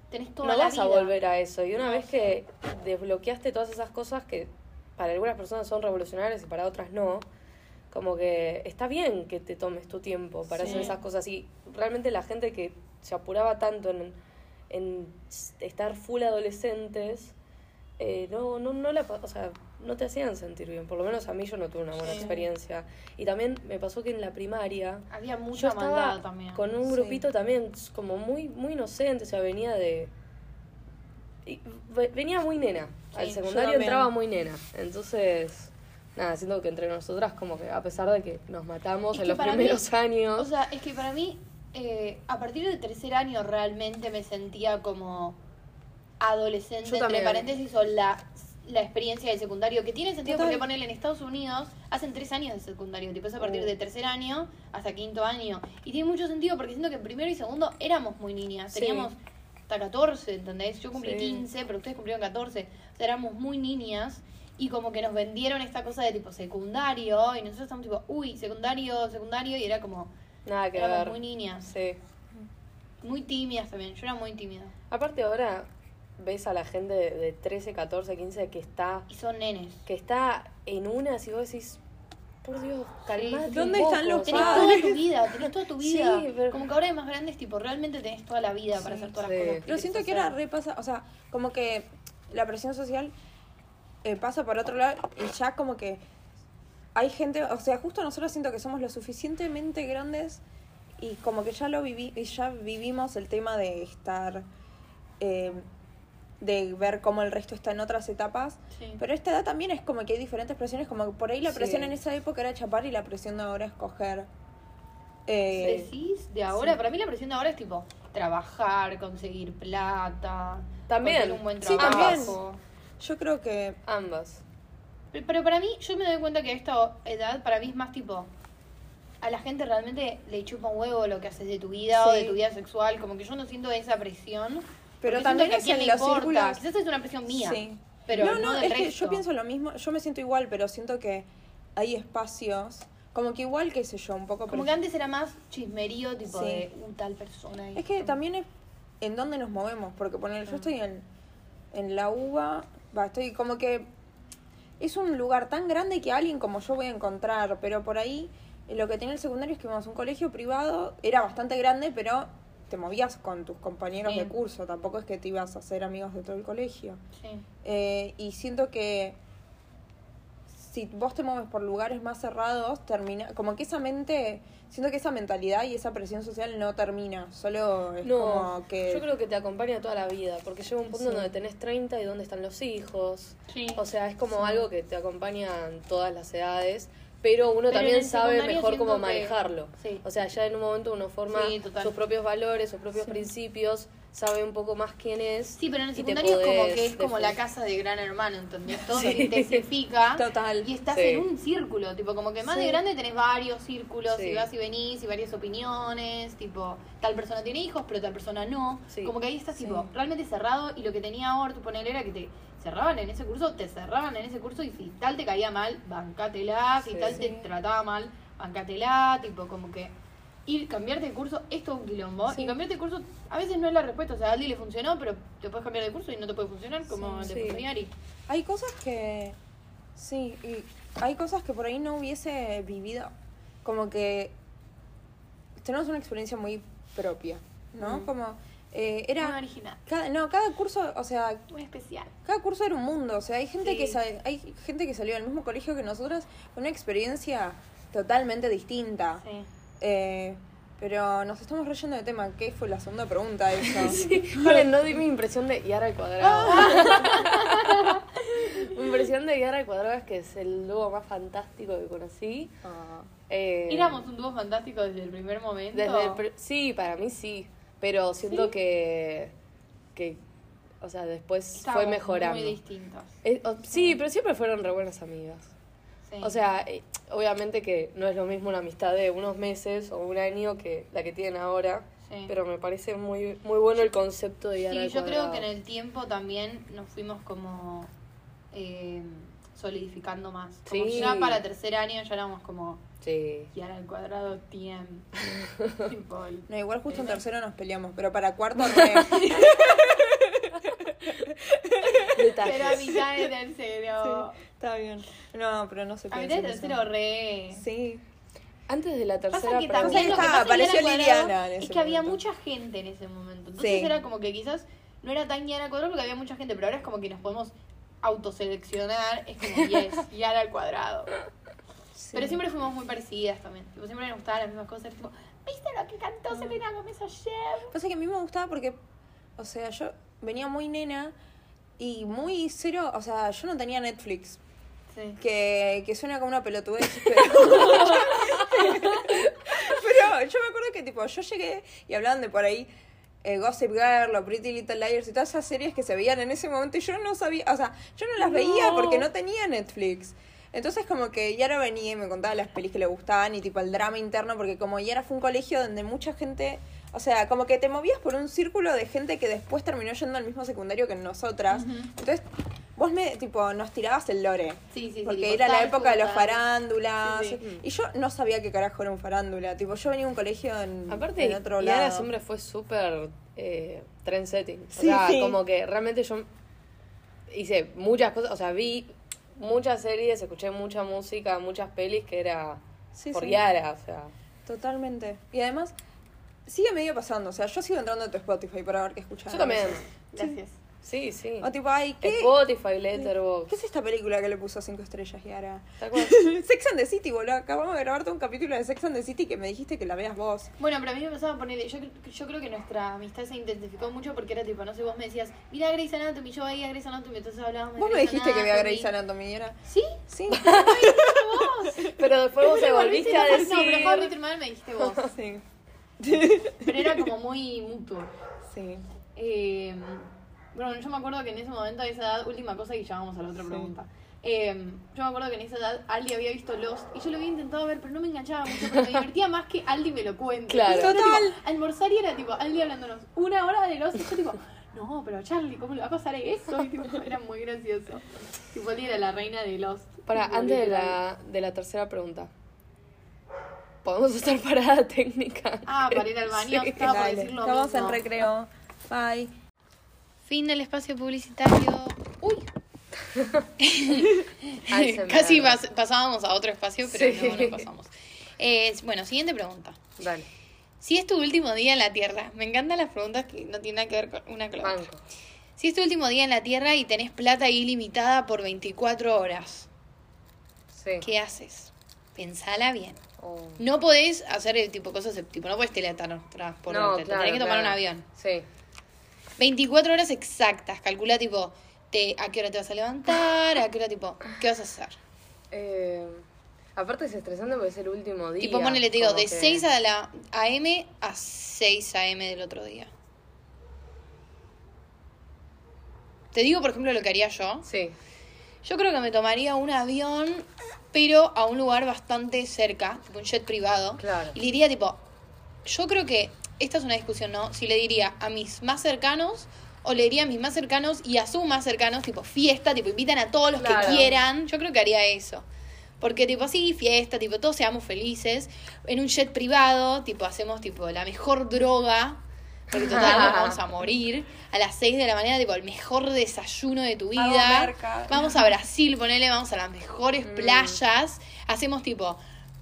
B: Tenés toda
C: no
B: la
C: vas a
B: vida.
C: volver a eso. Y una vez que desbloqueaste todas esas cosas que para algunas personas son revolucionarias y para otras no, como que está bien que te tomes tu tiempo para
B: Sí.
C: hacer esas cosas. Y realmente la gente que se apuraba tanto en, en estar full adolescentes, eh, no, no, no la pa- o sea, no te hacían sentir bien. Por lo menos a mí yo no tuve una buena
A: Sí.
C: experiencia. Y también me pasó que en la primaria
B: Había
C: yo
B: mucha maldad
C: estaba
B: también.
C: con un
A: Sí.
C: grupito también como muy muy inocente, o sea, venía de y ve- venía muy nena. Al
B: Sí,
A: yo
C: secundario
A: también.
C: entraba muy nena. Entonces, nada, siento que entre nosotras como que a pesar de que nos matamos
B: Es
C: en
B: que
C: los
B: para mí-
C: primeros años,
B: O sea, es que para mí, eh, a partir del tercer año realmente me sentía como adolescente,
C: Yo
B: entre
C: también.
B: paréntesis, o la, la experiencia del secundario, que tiene sentido
A: Total.
B: porque ponerle en Estados Unidos hacen tres años de secundario, tipo es a partir
C: Mm.
B: de tercer año hasta quinto año. Y tiene mucho sentido porque siento que en primero y segundo éramos muy niñas,
C: Sí.
B: teníamos hasta 14, ¿entendés? Yo cumplí
C: Sí.
B: 15, pero ustedes cumplieron 14, o sea, éramos muy niñas. Y como que nos vendieron esta cosa de tipo secundario, y nosotros estamos tipo, uy, secundario, secundario, y era como,
C: nada que
B: Éramos
C: ver.
B: muy niñas,
C: Sí.
B: muy tímidas también, yo era muy tímida.
C: Aparte ahora ves a la gente de, de 13, 14, 15 que está,
B: Y son nenes.
C: que está en una, si vos decís, por Dios, calmate.
A: ¿Dónde
C: un
A: están
C: poco,
A: los
C: o
B: Tenés
C: sea,
B: toda tu vida, tenés toda tu
C: Sí,
B: vida.
C: pero-
B: Como que ahora de más grandes, tipo, realmente tenés toda la vida para
C: Sí,
B: hacer todas
C: sí.
B: las cosas.
A: Pero
C: querés
A: siento que
C: hacer.
A: ahora repasa, o sea, como que la presión social eh, pasa por otro lado y ya como que hay gente, o sea, justo nosotros siento que somos lo suficientemente grandes y como que ya lo viví, y ya vivimos el tema de estar, eh, de ver cómo el resto está en otras etapas.
B: Sí.
A: Pero a esta edad también es como que hay diferentes presiones, como que por ahí la
C: Sí.
A: presión en esa época era chapar y la presión de ahora es coger. eh,
B: Decís de ahora, para mí la presión de ahora es tipo trabajar, conseguir plata,
C: También.
B: conseguir un buen
A: Sí,
B: trabajo.
A: Yo creo que
C: Ambas.
B: Pe- Pero para mí, yo me doy cuenta que a esta edad para mí es más tipo. A la gente realmente le chupa un huevo lo que haces de tu vida o
A: Sí.
B: de tu vida sexual. Como que yo no siento esa presión.
A: Pero
B: porque siento
A: también
B: que a
A: es
B: quién
A: en
B: le
A: los
B: importa.
A: círculos-
B: Quizás es una presión mía.
A: Sí.
B: Pero
A: no, no,
B: del
A: es que
B: resto.
A: yo pienso lo mismo, yo me siento igual, pero siento que hay espacios, como que igual, qué sé yo, un poco...
B: Como
A: pref-
B: que antes era más chismerío, tipo
A: Sí.
B: de "Uh, tal persona.
A: Es que también es en dónde nos movemos, porque poner
B: Ah.
A: yo estoy en, en la uva, va, estoy como que es un lugar tan grande que alguien como yo voy a encontrar, pero por ahí eh, lo que tenía el secundario es que vamos un colegio privado, era bastante grande, pero te movías con tus compañeros
B: Sí.
A: de curso, tampoco es que te ibas a hacer amigos de todo el colegio.
B: Sí.
A: Eh, y siento que si vos te mueves por lugares más cerrados, termina. Como que esa mente. Siento que esa mentalidad y esa presión social no termina. Solo es
C: No,
A: como que.
C: yo creo que te acompaña toda la vida, porque llega un punto
A: Sí.
C: donde tenés 30 y dónde están los hijos.
B: Sí.
C: O sea, es como algo que te acompaña en todas las edades, pero uno también sabe mejor cómo manejarlo.
B: Sí.
C: O sea, ya en un momento uno forma
B: Sí, total.
C: sus propios valores, sus propios principios, sabe un poco más quién es.
B: Sí, pero en el
C: y te
B: secundario es como
C: podés
B: que es como la
C: defender.
B: casa de gran hermano, ¿entendés? Todo se te intensifica.
A: Total.
B: Y estás
C: Sí.
B: en un círculo, tipo, como que más de
A: Sí.
B: grande tenés varios círculos,
C: Sí.
B: y vas y venís, y varias opiniones, tipo, tal persona tiene hijos, pero tal persona no.
C: Sí.
B: Como que ahí estás,
A: Sí.
B: tipo, realmente cerrado, y lo que tenía ahora, tu ponele, era que te cerraban en ese curso, te cerraban en ese curso, y si tal te caía mal, bancátela, si
C: Sí.
B: tal te
A: Sí.
B: trataba mal, bancátela, tipo, como que ir, cambiarte de curso, esto es un quilombo.
A: Sí.
B: Y cambiarte de curso, a veces no es la respuesta. O sea, a Aldi le funcionó, pero te puedes cambiar de curso y no te puede funcionar como te
C: Sí, sí.
B: funcionó a Ari.
A: Hay cosas que. Sí, y hay cosas que por ahí no hubiese vivido. Como que. Tenemos una experiencia muy propia, ¿no?
C: Mm.
A: Como. eh,
B: Muy
A: era.
B: original,
A: Cada, no, cada curso, o sea,
B: muy especial.
A: Cada curso era un mundo, o sea, hay gente,
B: Sí.
A: que, sal- hay gente que salió del mismo colegio que nosotras, con una experiencia totalmente
C: Ah.
A: distinta.
B: Sí.
A: Eh, pero nos estamos reyendo de tema, ¿qué fue la segunda pregunta eso?
C: Paren, no di mi impresión de Yara al cuadrado. mi impresión de Yara al cuadrado es que es el dúo más fantástico que conocí.
A: Ah.
C: Eh,
B: Éramos un dúo fantástico desde el primer momento.
C: Desde el pr- sí, para mí sí. Pero siento
B: ¿Sí?
C: que, que. O sea, después
B: Estábamos
C: fue mejorando.
B: Muy distintos.
C: Eh, o- sí, pero siempre fueron re buenas amigas.
B: Sí.
C: O sea, eh, obviamente que no es lo mismo una amistad de unos meses o un año que la que tienen ahora.
B: Sí.
C: Pero me parece muy, muy bueno el concepto de Yara
B: Sí,
C: al
B: yo creo
C: cuadrado.
B: que en el tiempo también nos fuimos como eh, solidificando más. Como
C: Sí.
B: ya para tercer año ya éramos como
C: Sí.
B: y ahora al cuadrado tiempo. tipo, el-
A: No, igual justo en tercero nos peleamos, pero para cuarto re-
C: Detalles.
B: Pero a mitad de tercero.
A: Está bien. No, pero no se
B: A
A: puede.
B: mitad de tercero re.
A: Sí.
C: Antes de la tercera
B: Pasa que
C: pregunta-
B: también lo que
A: Fija,
B: pasa en
A: apareció
B: Diana Cuadrado
A: Liliana en
B: es
A: ese
B: que había
A: momento.
B: mucha gente en ese momento. Entonces
A: Sí.
B: era como que quizás no era tan Diana Cuadrado porque había mucha gente, pero ahora es como que nos podemos autoseleccionar. Es como yes, Diana al cuadrado.
A: sí.
B: Pero siempre fuimos muy parecidas también. Tipo, siempre nos gustaban las mismas cosas. Era Tipo, ¿viste lo que cantó Selena Gómez ayer?
A: Pasa que a mí me gustaba porque, o sea, yo venía muy nena y muy cero, o sea, yo no tenía Netflix.
B: Sí.
A: que, que suena como una pelotudez, pero... pero yo me acuerdo que tipo, yo llegué y hablaban de por ahí eh, Gossip Girl o Pretty Little Liars y todas esas series que se veían en ese momento y yo no sabía, o sea, yo no las veía porque no tenía Netflix. Entonces como que Yara venía y me contaba las pelis que le gustaban y tipo el drama interno, porque como Yara fue un colegio donde mucha gente, o sea, como que te movías por un círculo de gente que después terminó yendo al mismo secundario que nosotras. Entonces Vos me, tipo, nos tirabas el lore.
D: Sí, sí, sí,
A: Porque
D: tipo,
A: era la
D: tal,
A: época de los
D: tal.
A: farándulas.
D: Sí, sí.
A: Y yo no sabía qué carajo era un farándula. Tipo, yo venía de un colegio en,
C: Aparte,
A: en otro
C: Yara
A: lado.
C: siempre fue súper eh, trendsetting. O
A: Sí,
C: sea,
A: sí.
C: como que realmente yo hice muchas cosas, o sea, vi muchas series, escuché mucha música, muchas pelis que era
A: Sí,
C: por
A: sí.
C: Yara, o sea.
A: Totalmente. Y además, sigue medio pasando. O sea, yo sigo entrando a tu Spotify para ver qué escuchas.
C: Yo también.
D: Gracias.
C: Sí, sí.
A: O tipo, ay, ¿qué,
C: Spotify, Letterboxd.
A: ¿qué es esta película que le puso cinco estrellas, Yara?
C: tal cual.
A: Sex and the City, boludo. Acabamos de grabarte un capítulo de Sex and the City que me dijiste que la veas vos.
D: Bueno, pero a mí me pasaba ponerle. Yo, yo creo que nuestra amistad se intensificó mucho porque era tipo, no sé, vos me decías, mira Grey's Anatomy, yo veía Grey's Anatomy, entonces hablábamos de
A: Vos me
D: Grey's
A: dijiste que vea Grey's
D: Anatomy.
A: Anatomy, Yara.
D: ¿Sí?
A: Sí.
C: Pero después vos te
D: Me
C: volviste a
D: No, pero How I Met
C: decir.
D: Your Mother me dijiste vos.
A: sí.
D: Pero era como muy mutuo.
A: Sí.
D: Eh, bueno, yo me acuerdo que en ese momento, a esa edad, última cosa y ya vamos a la otra
A: Sí.
D: pregunta. Eh, yo me acuerdo que en esa edad Aldi había visto Lost y yo lo había intentado ver, pero no me enganchaba mucho, pero me divertía más que Aldi me lo cuente.
C: Claro.
D: Entonces era
A: Total.
D: tipo, almorzar y era tipo Aldi hablándonos una hora de Lost y yo tipo, no, pero Charlie, ¿cómo le va a pasar eso? Y tipo, era muy gracioso. Tipo, Aldi era la reina de Lost.
C: Para,
D: Tipo,
C: antes de
D: literal.
C: la, de la tercera pregunta. ¿Podemos hacer parada técnica?
D: Ah, para ir al baño,
C: Sí.
D: estaba por
A: Dale.
D: decir lo
A: Estamos
D: mismo.
A: en recreo. Bye.
B: Fin del espacio publicitario. Uy.
D: Ah,
C: ASMR.
B: Casi pas- pasábamos a otro espacio, pero
C: Sí.
B: no, no pasamos. Eh, bueno, siguiente pregunta.
C: Dale,
B: Si es tu último día en la Tierra, me encantan las preguntas que no tienen nada que ver con una con la otra.
C: banco.
B: Si es tu último día en la Tierra y tenés plata ilimitada por 24 horas,
C: Sí.
B: ¿qué haces? Pensala bien.
C: Oh.
B: No podés hacer el tipo cosas, de- tipo, no podés teletransportarte, te tenés que tomar
C: claro.
B: un avión.
C: Sí.
B: 24 horas exactas, calcula tipo, te, a qué hora te vas a levantar, a qué hora tipo, ¿qué vas a hacer?
C: Eh, aparte es estresante porque es el último día.
B: Tipo, ponele, te digo,
C: como
B: de
C: que-
B: 6 a la AM a 6 AM del otro día. Te digo, por ejemplo, lo que haría yo.
C: Sí.
B: Yo creo que me tomaría un avión, pero a un lugar bastante cerca, tipo un jet privado.
C: Claro.
B: Y le diría, tipo, yo creo que esta es una discusión, ¿no? Si le diría a mis más cercanos o le diría a mis más cercanos y a sus más cercanos, tipo, fiesta, tipo, invitan a todos los
C: Claro.
B: que quieran. Yo creo que haría eso. Porque, tipo, así, fiesta, tipo, todos seamos felices. En un jet privado, tipo, hacemos, tipo, la mejor droga. Porque total, nos vamos a morir. A las 6 de la mañana, tipo, el mejor desayuno de tu
A: Hago
B: vida.
A: merca.
B: Vamos a Brasil, ponele, vamos a las mejores
C: Mm.
B: playas. Hacemos, tipo,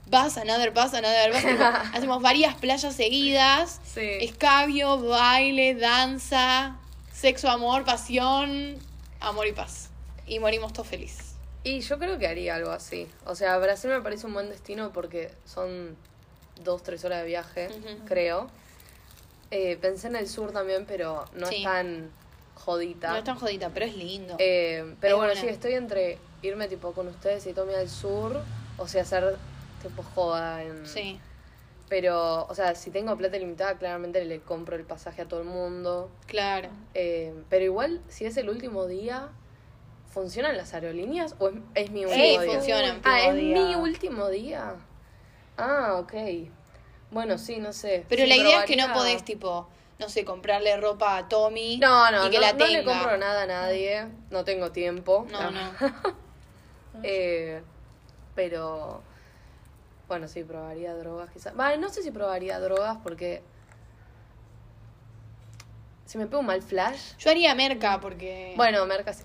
B: vas, another, vas, another, vas. tipo, hacemos varias playas seguidas.
C: Sí.
B: Escabio, baile, danza, sexo, amor, pasión, amor y paz. Y morimos todos felices.
C: Y yo creo que haría algo así. O sea, Brasil me parece un buen destino porque son dos, tres horas de viaje,
B: Ujú.
C: creo. Eh, pensé en el sur también, pero no
B: Sí.
C: es tan jodita.
B: No es tan jodita, pero es lindo.
C: Eh, pero
B: Es
C: bueno,
B: buena.
C: sí, estoy entre irme tipo con ustedes y Tommy al sur, o sea, hacer tipo joda en...
B: sí.
C: Pero, o sea, si tengo plata limitada, claramente le compro el pasaje a todo el mundo.
B: Claro.
C: Eh, pero igual, si es el último día, ¿funcionan las aerolíneas o es, es mi último
B: Sí,
C: día?
B: funcionan.
C: Ah, es
A: Último
C: mi
A: día.
C: último día. Ah, ok. Bueno, sí, no sé.
B: Pero
C: Sí,
B: la idea es que no
C: probaría-
B: podés, tipo, no sé, comprarle ropa a Tommy
C: No, no,
B: y que
C: no,
B: la
C: no
B: tenga.
C: le compro nada a nadie. No tengo tiempo. Ah.
B: No, no. Ah,
C: Eh, pero. Bueno, sí, probaría drogas quizás. Vale, no sé si probaría drogas porque. Si me pego un mal flash.
B: Yo haría merca porque.
C: Bueno, merca sí.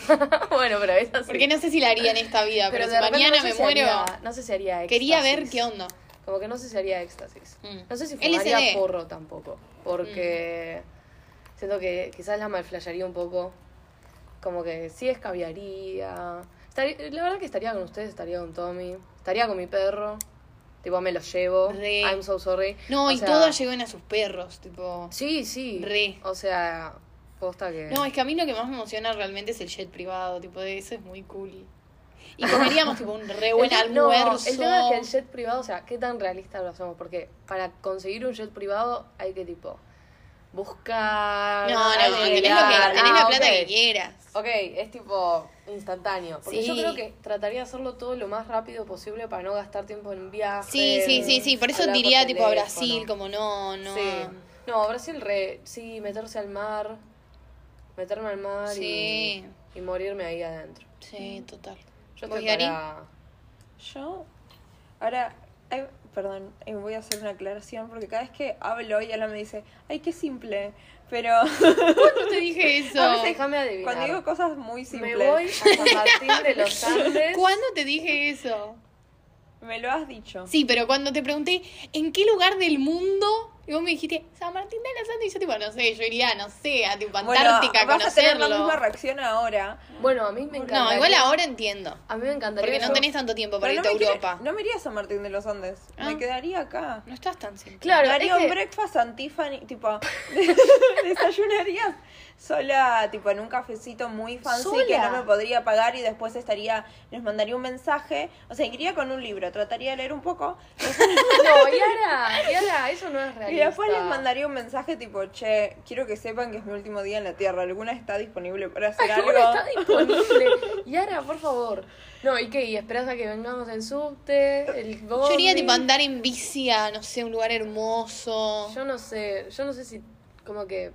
C: bueno, pero es así.
B: Porque no sé si la haría en esta vida, pero, si mañana me muero.
C: no sé si haría éxtasis.
B: Quería ver qué onda.
C: Como que no sé si haría éxtasis.
B: Mm.
C: No sé si
B: LSD.
C: fumaría porro tampoco. Porque
B: Mm.
C: siento que quizás la malflasharía un poco. Como que sí escabiaría. Estaría- la verdad que estaría con ustedes, estaría con Tommy. Estaría con mi perro. Tipo, me lo llevo.
B: Re.
C: I'm so sorry.
B: No,
C: O
B: y
C: sea,
B: todas lleven a sus perros, tipo.
C: Sí, sí.
B: Re.
C: O sea, posta que.
B: No, es que a mí lo que más me emociona realmente es el jet privado, tipo, de eso es muy cool. Y comeríamos tipo un re buen
C: El- no,
B: almuerzo.
C: el tema es que el jet privado, o sea, ¿qué tan realista lo hacemos? Porque para conseguir un jet privado hay que, tipo, buscar.
B: No,
C: hay
B: no,
C: que
B: tenés, lo
C: llegar.
B: que, tenés la
C: Ah,
B: plata
C: ok.
B: que quieras.
C: Ok, es tipo instantáneo. Porque
B: Sí.
C: yo creo que trataría de hacerlo todo lo más rápido posible para no gastar tiempo en viajes.
B: Sí, sí, sí, sí. Por eso
C: hablar por
B: diría tipo a
C: teléfono.
B: Brasil, como no, no.
C: Sí. No, Brasil re. Sí, meterse al mar. Meterme al mar.
B: Sí.
C: Y... y morirme ahí adentro.
B: Sí, total.
C: Yo
B: ¿Vos,
C: estoy
B: Yari?
C: para...
A: Yo, ahora, ay, perdón, eh, voy a hacer una aclaración porque cada vez que hablo y Alan me dice, ay, qué simple, pero
B: No te dije eso.
C: A veces déjame adivinar.
A: cuando digo cosas muy
C: me
A: simples,
C: voy a San Martín de los Andes.
B: ¿Cuándo te dije eso?
A: me lo has dicho.
B: Sí, pero cuando te pregunté en qué lugar del mundo, y vos me dijiste San Martín de los Andes, y yo tipo, no sé, yo iría, no sé, a tipo
A: Bueno,
B: Antártica a
A: vas a tener la
B: conocerlo.
A: misma reacción ahora.
C: Bueno, a mí me encantaría.
B: No, igual ahora entiendo.
C: A mí me encantaría.
B: Porque no
C: yo-
B: tenés tanto tiempo para
A: Pero
B: irte
A: no, me
B: a
A: quiere-
B: Europa.
A: no me iría a San Martín de los Andes,
B: Ah.
A: me quedaría acá.
B: No estás tan simple.
C: Claro,
A: Haría un
C: es que-
A: breakfast antifani, tipo, desayunaría sola, tipo, en un cafecito muy fancy que
B: ¿Sola?
A: no me podría pagar y después estaría, les mandaría un mensaje, o sea, iría con un libro, trataría de leer un poco
C: No, Yara, Yara, eso no es realista.
A: y después les mandaría un mensaje tipo, che, quiero que sepan que es mi último día en la Tierra, ¿alguna está disponible para hacer algo?
C: Ahora está disponible. Yara, por favor. No, ¿y qué? ¿Y esperas a que vengamos en subte? El
B: Yo iría
C: bondi?
B: tipo a andar en bici a, no sé, un lugar hermoso.
C: Yo no sé, yo no sé si como que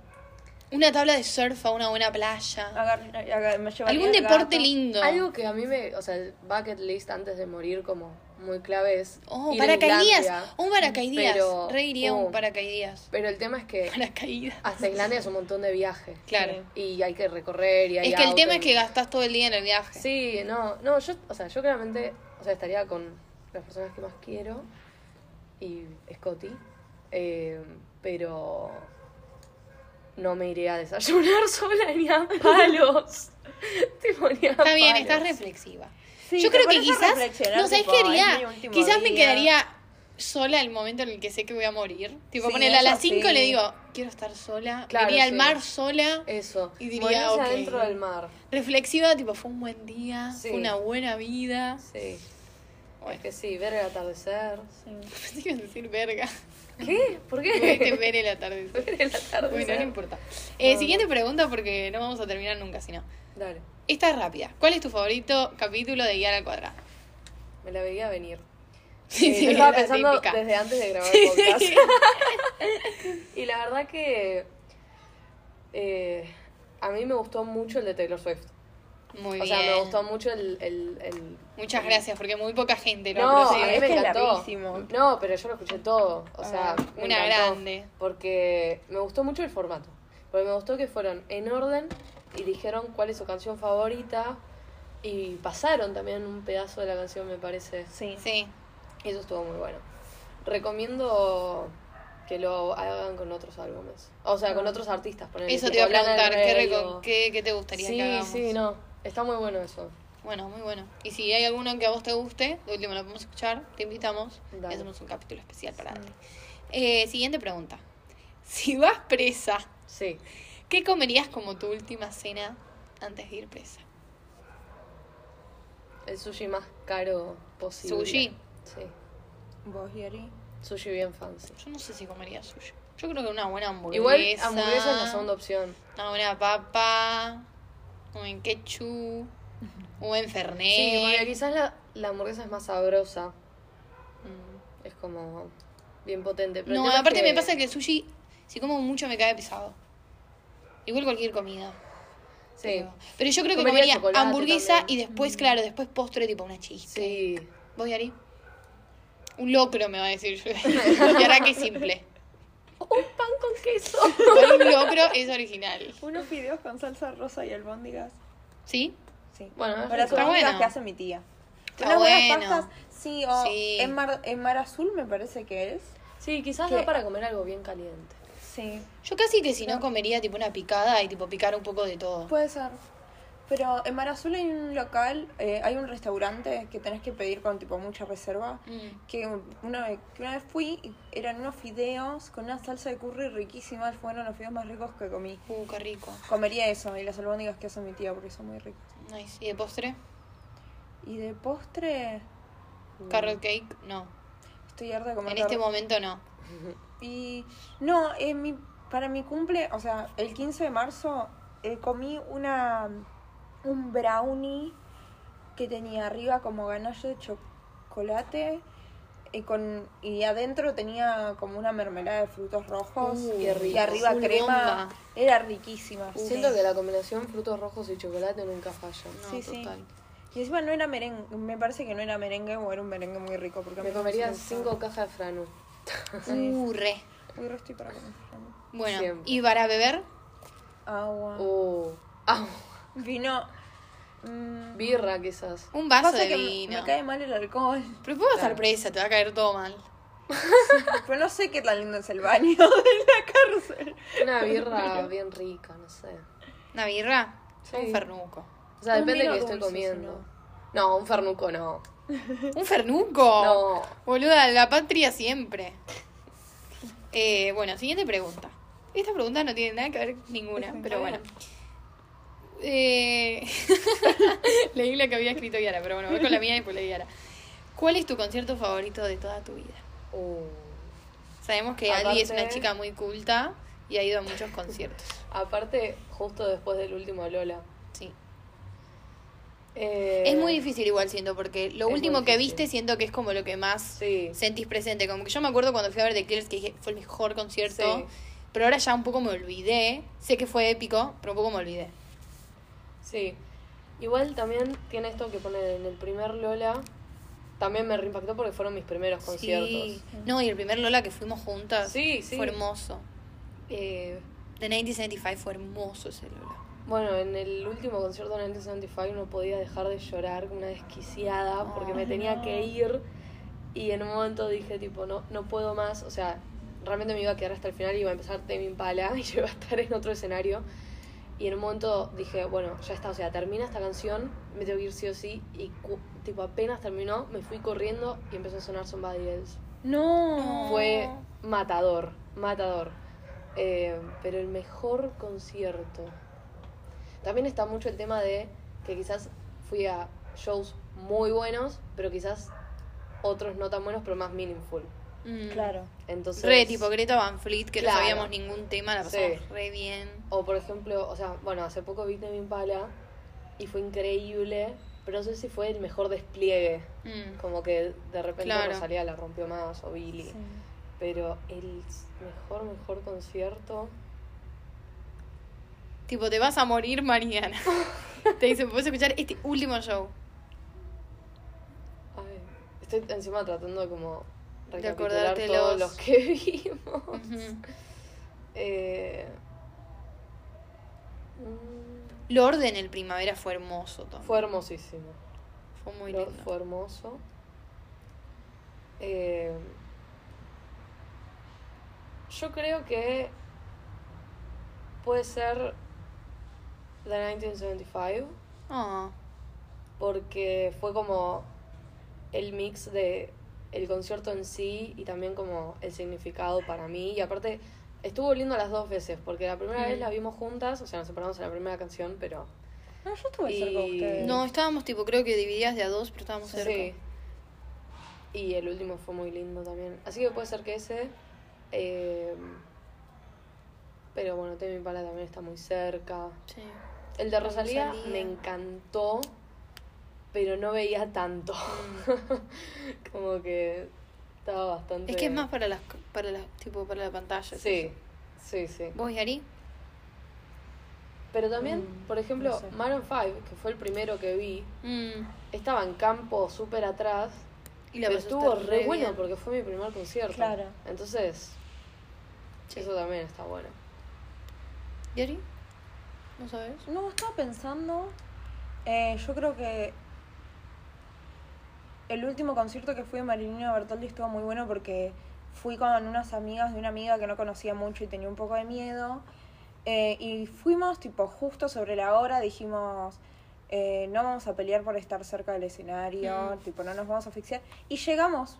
B: Una tabla de surf a una buena playa.
A: Agar- agar- me llevaría
B: Algún
A: el
B: deporte
A: gato.
B: lindo.
C: algo que a mí me, o sea, el bucket list antes de morir como muy clave es
B: Oh,
C: ir a
B: paracaidías.
C: Islandia.
B: Un paracaidías.
C: Pero-
B: Re iría
C: oh.
B: un paracaidías.
C: Pero el tema es que
B: Paracaídas.
C: hasta Islandia es un montón de viaje
B: Claro.
C: y hay que recorrer y hay
B: Es que el
C: auto
B: tema
C: y-
B: es que gastas todo el día en el viaje.
C: Sí, no, no, yo, o sea, yo claramente, o sea, estaría con las personas que más quiero y Scotty, eh, pero no me iré a desayunar sola ni a palos. Te ponía
B: Está bien, estás reflexiva.
A: Sí,
B: Yo
A: te
B: creo que
A: pones a
B: quizás.
A: reflexionar,
B: No sabes
A: tipo,
B: qué
A: "Ay, mi
B: haría.
A: último
B: Quizás me
A: día".
B: quedaría sola el momento en el que sé que voy a morir. Tipo,
A: Sí,
B: ponele a
A: eso
B: las 5
A: sí. Eh.
B: le digo, quiero estar sola.
C: Claro,
B: iría al
C: sí.
B: mar sola.
C: Eso.
B: Y diría,
C: Morirse
B: ok.
C: adentro del mar.
B: Reflexiva, tipo, fue un buen día,
C: Sí.
B: fue una buena vida.
C: Sí.
B: Bueno.
C: Es que sí, ver el atardecer.
B: Pensé que ibas a decir verga.
C: ¿Qué? ¿Por
B: Te
C: qué?
B: ver el atardecer.
C: ver el
B: Bueno, no
C: atardecer.
B: importa. Eh, siguiente pregunta porque no vamos a terminar nunca, si no.
C: Dale,
B: Esta es rápida. ¿Cuál es tu favorito capítulo de Guiar al Cuadrado?
C: me la veía venir.
B: Sí,
C: Eh,
B: sí,
C: yo estaba
B: la
C: pensando
B: típica.
C: desde antes de grabar el podcast. y la verdad que eh, a mí me gustó mucho el de Taylor Swift.
B: Muy
C: o
B: bien.
C: sea, me gustó mucho el... el- el-
B: Muchas gracias, porque muy poca gente lo
C: No,
B: conoce.
C: a mí
A: es
C: me
A: que es
C: encantó.
A: larguísimo.
C: No, pero yo lo escuché todo. O sea,
A: Ah,
C: me
B: una
C: encantó.
B: grande.
C: Porque me gustó mucho el formato. Porque me gustó que fueron en orden y dijeron cuál es su canción favorita. Y pasaron también un pedazo de la canción, me parece.
A: Sí.
B: Sí.
C: Eso estuvo muy bueno. Recomiendo que lo hagan con otros álbumes. O sea, con otros artistas. ponele,
B: Ah. Eso te
C: tipo
B: iba a
C: Lana del
B: preguntar, ¿qué,
C: Rey
B: reco-
C: o-
B: qué, qué te gustaría que
C: Sí,
B: hagamos?
C: sí, no. Está muy bueno eso.
B: Bueno, muy bueno. Y si hay alguno que a vos te guste, de último lo podemos escuchar, te invitamos
C: Dale.
B: y hacemos un capítulo especial para darte. Eh, siguiente pregunta. Si vas presa,
C: Sí.
B: ¿qué comerías como tu última cena antes de ir presa?
C: El sushi más caro posible.
B: ¿Sushi?
C: Sí.
A: ¿Vos, Yeri?
C: Sushi bien fancy.
B: Yo no sé si comería sushi. Yo creo que una buena hamburguesa.
C: Igual hamburguesa es la segunda opción.
B: Una buena papa, un buen ketchup, un buen fernet.
C: Sí, porque quizás la, la hamburguesa es más sabrosa. Mm, Es como bien potente. Pero
B: No,
C: el tema es
B: aparte
C: que-
B: me pasa que el sushi, si como mucho me cae pesado. Igual cualquier comida.
C: Sí.
B: Pero, pero yo creo que
C: Comería
B: comería,
C: chocolate
B: hamburguesa
C: también. Mm.
B: y después, claro, después postre tipo una cheesecake.
C: Sí.
B: ¿Vos, Yari? Un locro me va a decir yo. y ahora qué simple.
C: Un pan con queso.
B: Igual un locro es original.
A: Unos fideos con salsa rosa y albóndigas.
B: ¿sí
A: Sí.
C: Bueno, es
A: Pero las
C: rico.
B: Está
A: albóndigas
B: bueno.
A: que hace mi tía.
B: Está
A: Unas buenas
B: bueno.
A: pastas, sí, o
B: Sí.
A: En, mar, en Mar Azul me parece que es.
C: Sí, quizás
A: ¿Qué?
C: da para comer algo bien caliente.
A: Sí,
B: Yo casi que si no comería tipo una picada y tipo picar un poco de todo.
A: puede ser. Pero en Mar Azul hay un local, eh, hay un restaurante que tenés que pedir con tipo mucha reserva.
B: Mm.
A: Que una, vez, que una vez fui, y eran unos fideos con una salsa de curry riquísima. Fueron los fideos más ricos que comí.
B: Uh, qué rico.
A: Comería eso y las albóndigas que hace mi tía porque son muy ricas.
B: Nice. ¿Y de postre?
A: Y de postre,
B: Carrot cake, no.
A: estoy harta de comer
B: En este
A: tar-
B: momento no.
A: Y no, en mi, para mi cumple, o sea, el 15 de marzo eh, comí una un brownie que tenía arriba como ganache de chocolate, y, con, y adentro tenía como una mermelada de frutos rojos
C: Uh,
A: y,
C: qué rico. Uh,
A: arriba
B: Full
A: crema.
B: bomba.
A: Era riquísima. sí.
C: Siento que la combinación frutos rojos y chocolate nunca falla.
B: No,
A: Sí, sí.
B: total.
A: Y encima no era merengue, me parece que no era merengue o era un merengue muy rico. Porque a
C: Me
A: mí no
C: comería
A: me gusta.
C: cinco cajas de franu.
B: Uh, re.
A: Uy, re estoy para comer.
B: Bueno,
C: Siempre.
B: y para beber,
A: Agua.
C: Oh. Ah,
A: Vino. mm,
C: birra quizás.
B: un vaso
A: pasa
B: de
A: que me-
B: vino.
A: me cae mal el alcohol.
B: Pero puedo estar presa, te va a caer todo mal.
A: Pero no sé qué tan lindo es el baño de la cárcel.
C: Una birra bien rica, no sé.
B: ¿Una birra?
C: Sí.
B: Un fernuco.
C: O sea,
A: Un
C: depende de
A: vino
C: qué estoy
A: dulce,
C: comiendo.
A: si no.
C: No, un fernuco no.
B: ¿Un fernuco?
C: No.
B: Boluda, la patria siempre. Eh, bueno, siguiente pregunta. Esta pregunta no tiene nada que ver ninguna, pero bueno. Eh, leí la que había escrito Yara, pero bueno, voy con la mía y después leí Yara. ¿Cuál es tu concierto favorito de toda tu vida?
C: Oh.
B: Sabemos que Aldi es una
C: Aparte-
B: chica muy culta y ha ido a muchos conciertos.
C: Aparte, justo después del último Lola.
B: Sí.
C: Eh,
B: Es muy difícil igual siento, porque lo
C: es muy
B: último que
C: difícil.
B: viste siento que es como lo que más
C: Sí.
B: sentís presente. Como que yo me acuerdo cuando fui a ver The Killers que dije, fue el mejor concierto,
C: Sí.
B: pero ahora ya un poco me olvidé. Sé que fue épico, pero un poco me olvidé.
C: Sí. Igual también tiene esto que pone en el primer Lola. También me reimpactó porque fueron mis primeros
B: Sí.
C: conciertos.
B: No, y el primer Lola que fuimos juntas
C: Sí, sí.
B: fue hermoso.
C: Eh,
B: The 1975 fue hermoso ese Lola.
C: bueno, en el último concierto de 1975 no podía dejar de llorar como una desquiciada porque me
B: Ay,
C: tenía
A: no.
C: que ir. Y en un momento dije, tipo, no, no puedo más. O sea, realmente me iba a quedar hasta el final y iba a empezar Tame Impala y yo iba a estar en otro escenario. Y en un momento dije, bueno, ya está, o sea, termina esta canción, me tengo que ir sí o sí. Y cu- tipo, apenas terminó, me fui corriendo y empezó a sonar Somebody Else.
A: No.
C: Fue
B: Ah.
C: matador, matador. Eh, pero el mejor concierto. También está mucho el tema de que quizás fui a shows muy buenos, pero quizás otros no tan buenos, pero más meaningful.
B: Mm.
A: Claro.
C: Entonces,
B: Re tipo Greta Van Fleet, que
C: Claro.
B: no sabíamos ningún tema, la pasamos
C: Sí.
B: re bien.
C: O por ejemplo, o sea, bueno, hace poco vi Tame Impala y fue increíble, pero no sé si fue el mejor despliegue.
B: Mm.
C: Como que de repente
B: Claro.
C: Rosalía la rompió más o Billy. Pero el mejor, mejor concierto.
B: Tipo, te vas a morir mañana. te dicen, puedes escuchar este último show.
C: Ay, estoy encima tratando de como
B: De
C: recapitular
B: acordarte
C: todos
B: los-
C: los que vimos.
B: Ujú.
C: Eh, mm,
B: Lord en el primavera fue hermoso también.
C: fue hermosísimo.
B: Fue muy
C: Flor
B: lindo.
C: Fue hermoso. Eh, yo creo que puede ser The 1975
B: Ah,
C: porque fue como el mix de el concierto en sí y también como el significado para mí y aparte estuvo lindo las dos veces porque la primera vez
B: Mm.
C: la vimos juntas o sea nos separamos en la primera canción pero
A: No, yo estuve cerca de
C: Y-
A: ustedes.
B: No, estábamos tipo, creo que divididas de a dos, pero estábamos cerca.
C: sí y el último fue muy lindo también así que puede ser que ese eh, pero bueno Temi Pala también está muy cerca
B: Sí.
C: el de Rosalía,
B: Rosalía.
C: me encantó pero no veía tanto Como que estaba bastante.
B: Es que es más para las, para las, tipo, para la pantalla.
C: Sí, sí, sí.
B: ¿Vos y Ari?
C: Pero también,
A: Mm,
C: por ejemplo,
A: no sé.
C: Maroon 5, que fue el primero que vi,
B: Mm.
C: estaba en campo súper atrás.
B: Y la
C: pero
B: pasaste
C: estuvo re,
B: bien.
C: bueno porque fue mi primer concierto.
A: Claro.
C: Entonces,
B: Sí.
C: eso también está bueno.
B: ¿Y Ari? ¿No sabes?
A: No, estaba pensando. eh, yo creo que el último concierto que fui de Marilina Bertoldi estuvo muy bueno porque fui con unas amigas de una amiga que no conocía mucho y tenía un poco de miedo. Eh, y fuimos, tipo, justo sobre la hora, dijimos. eh, no vamos a pelear por estar cerca del escenario,
B: Mm.
A: tipo, no nos vamos a asfixiar. Y llegamos,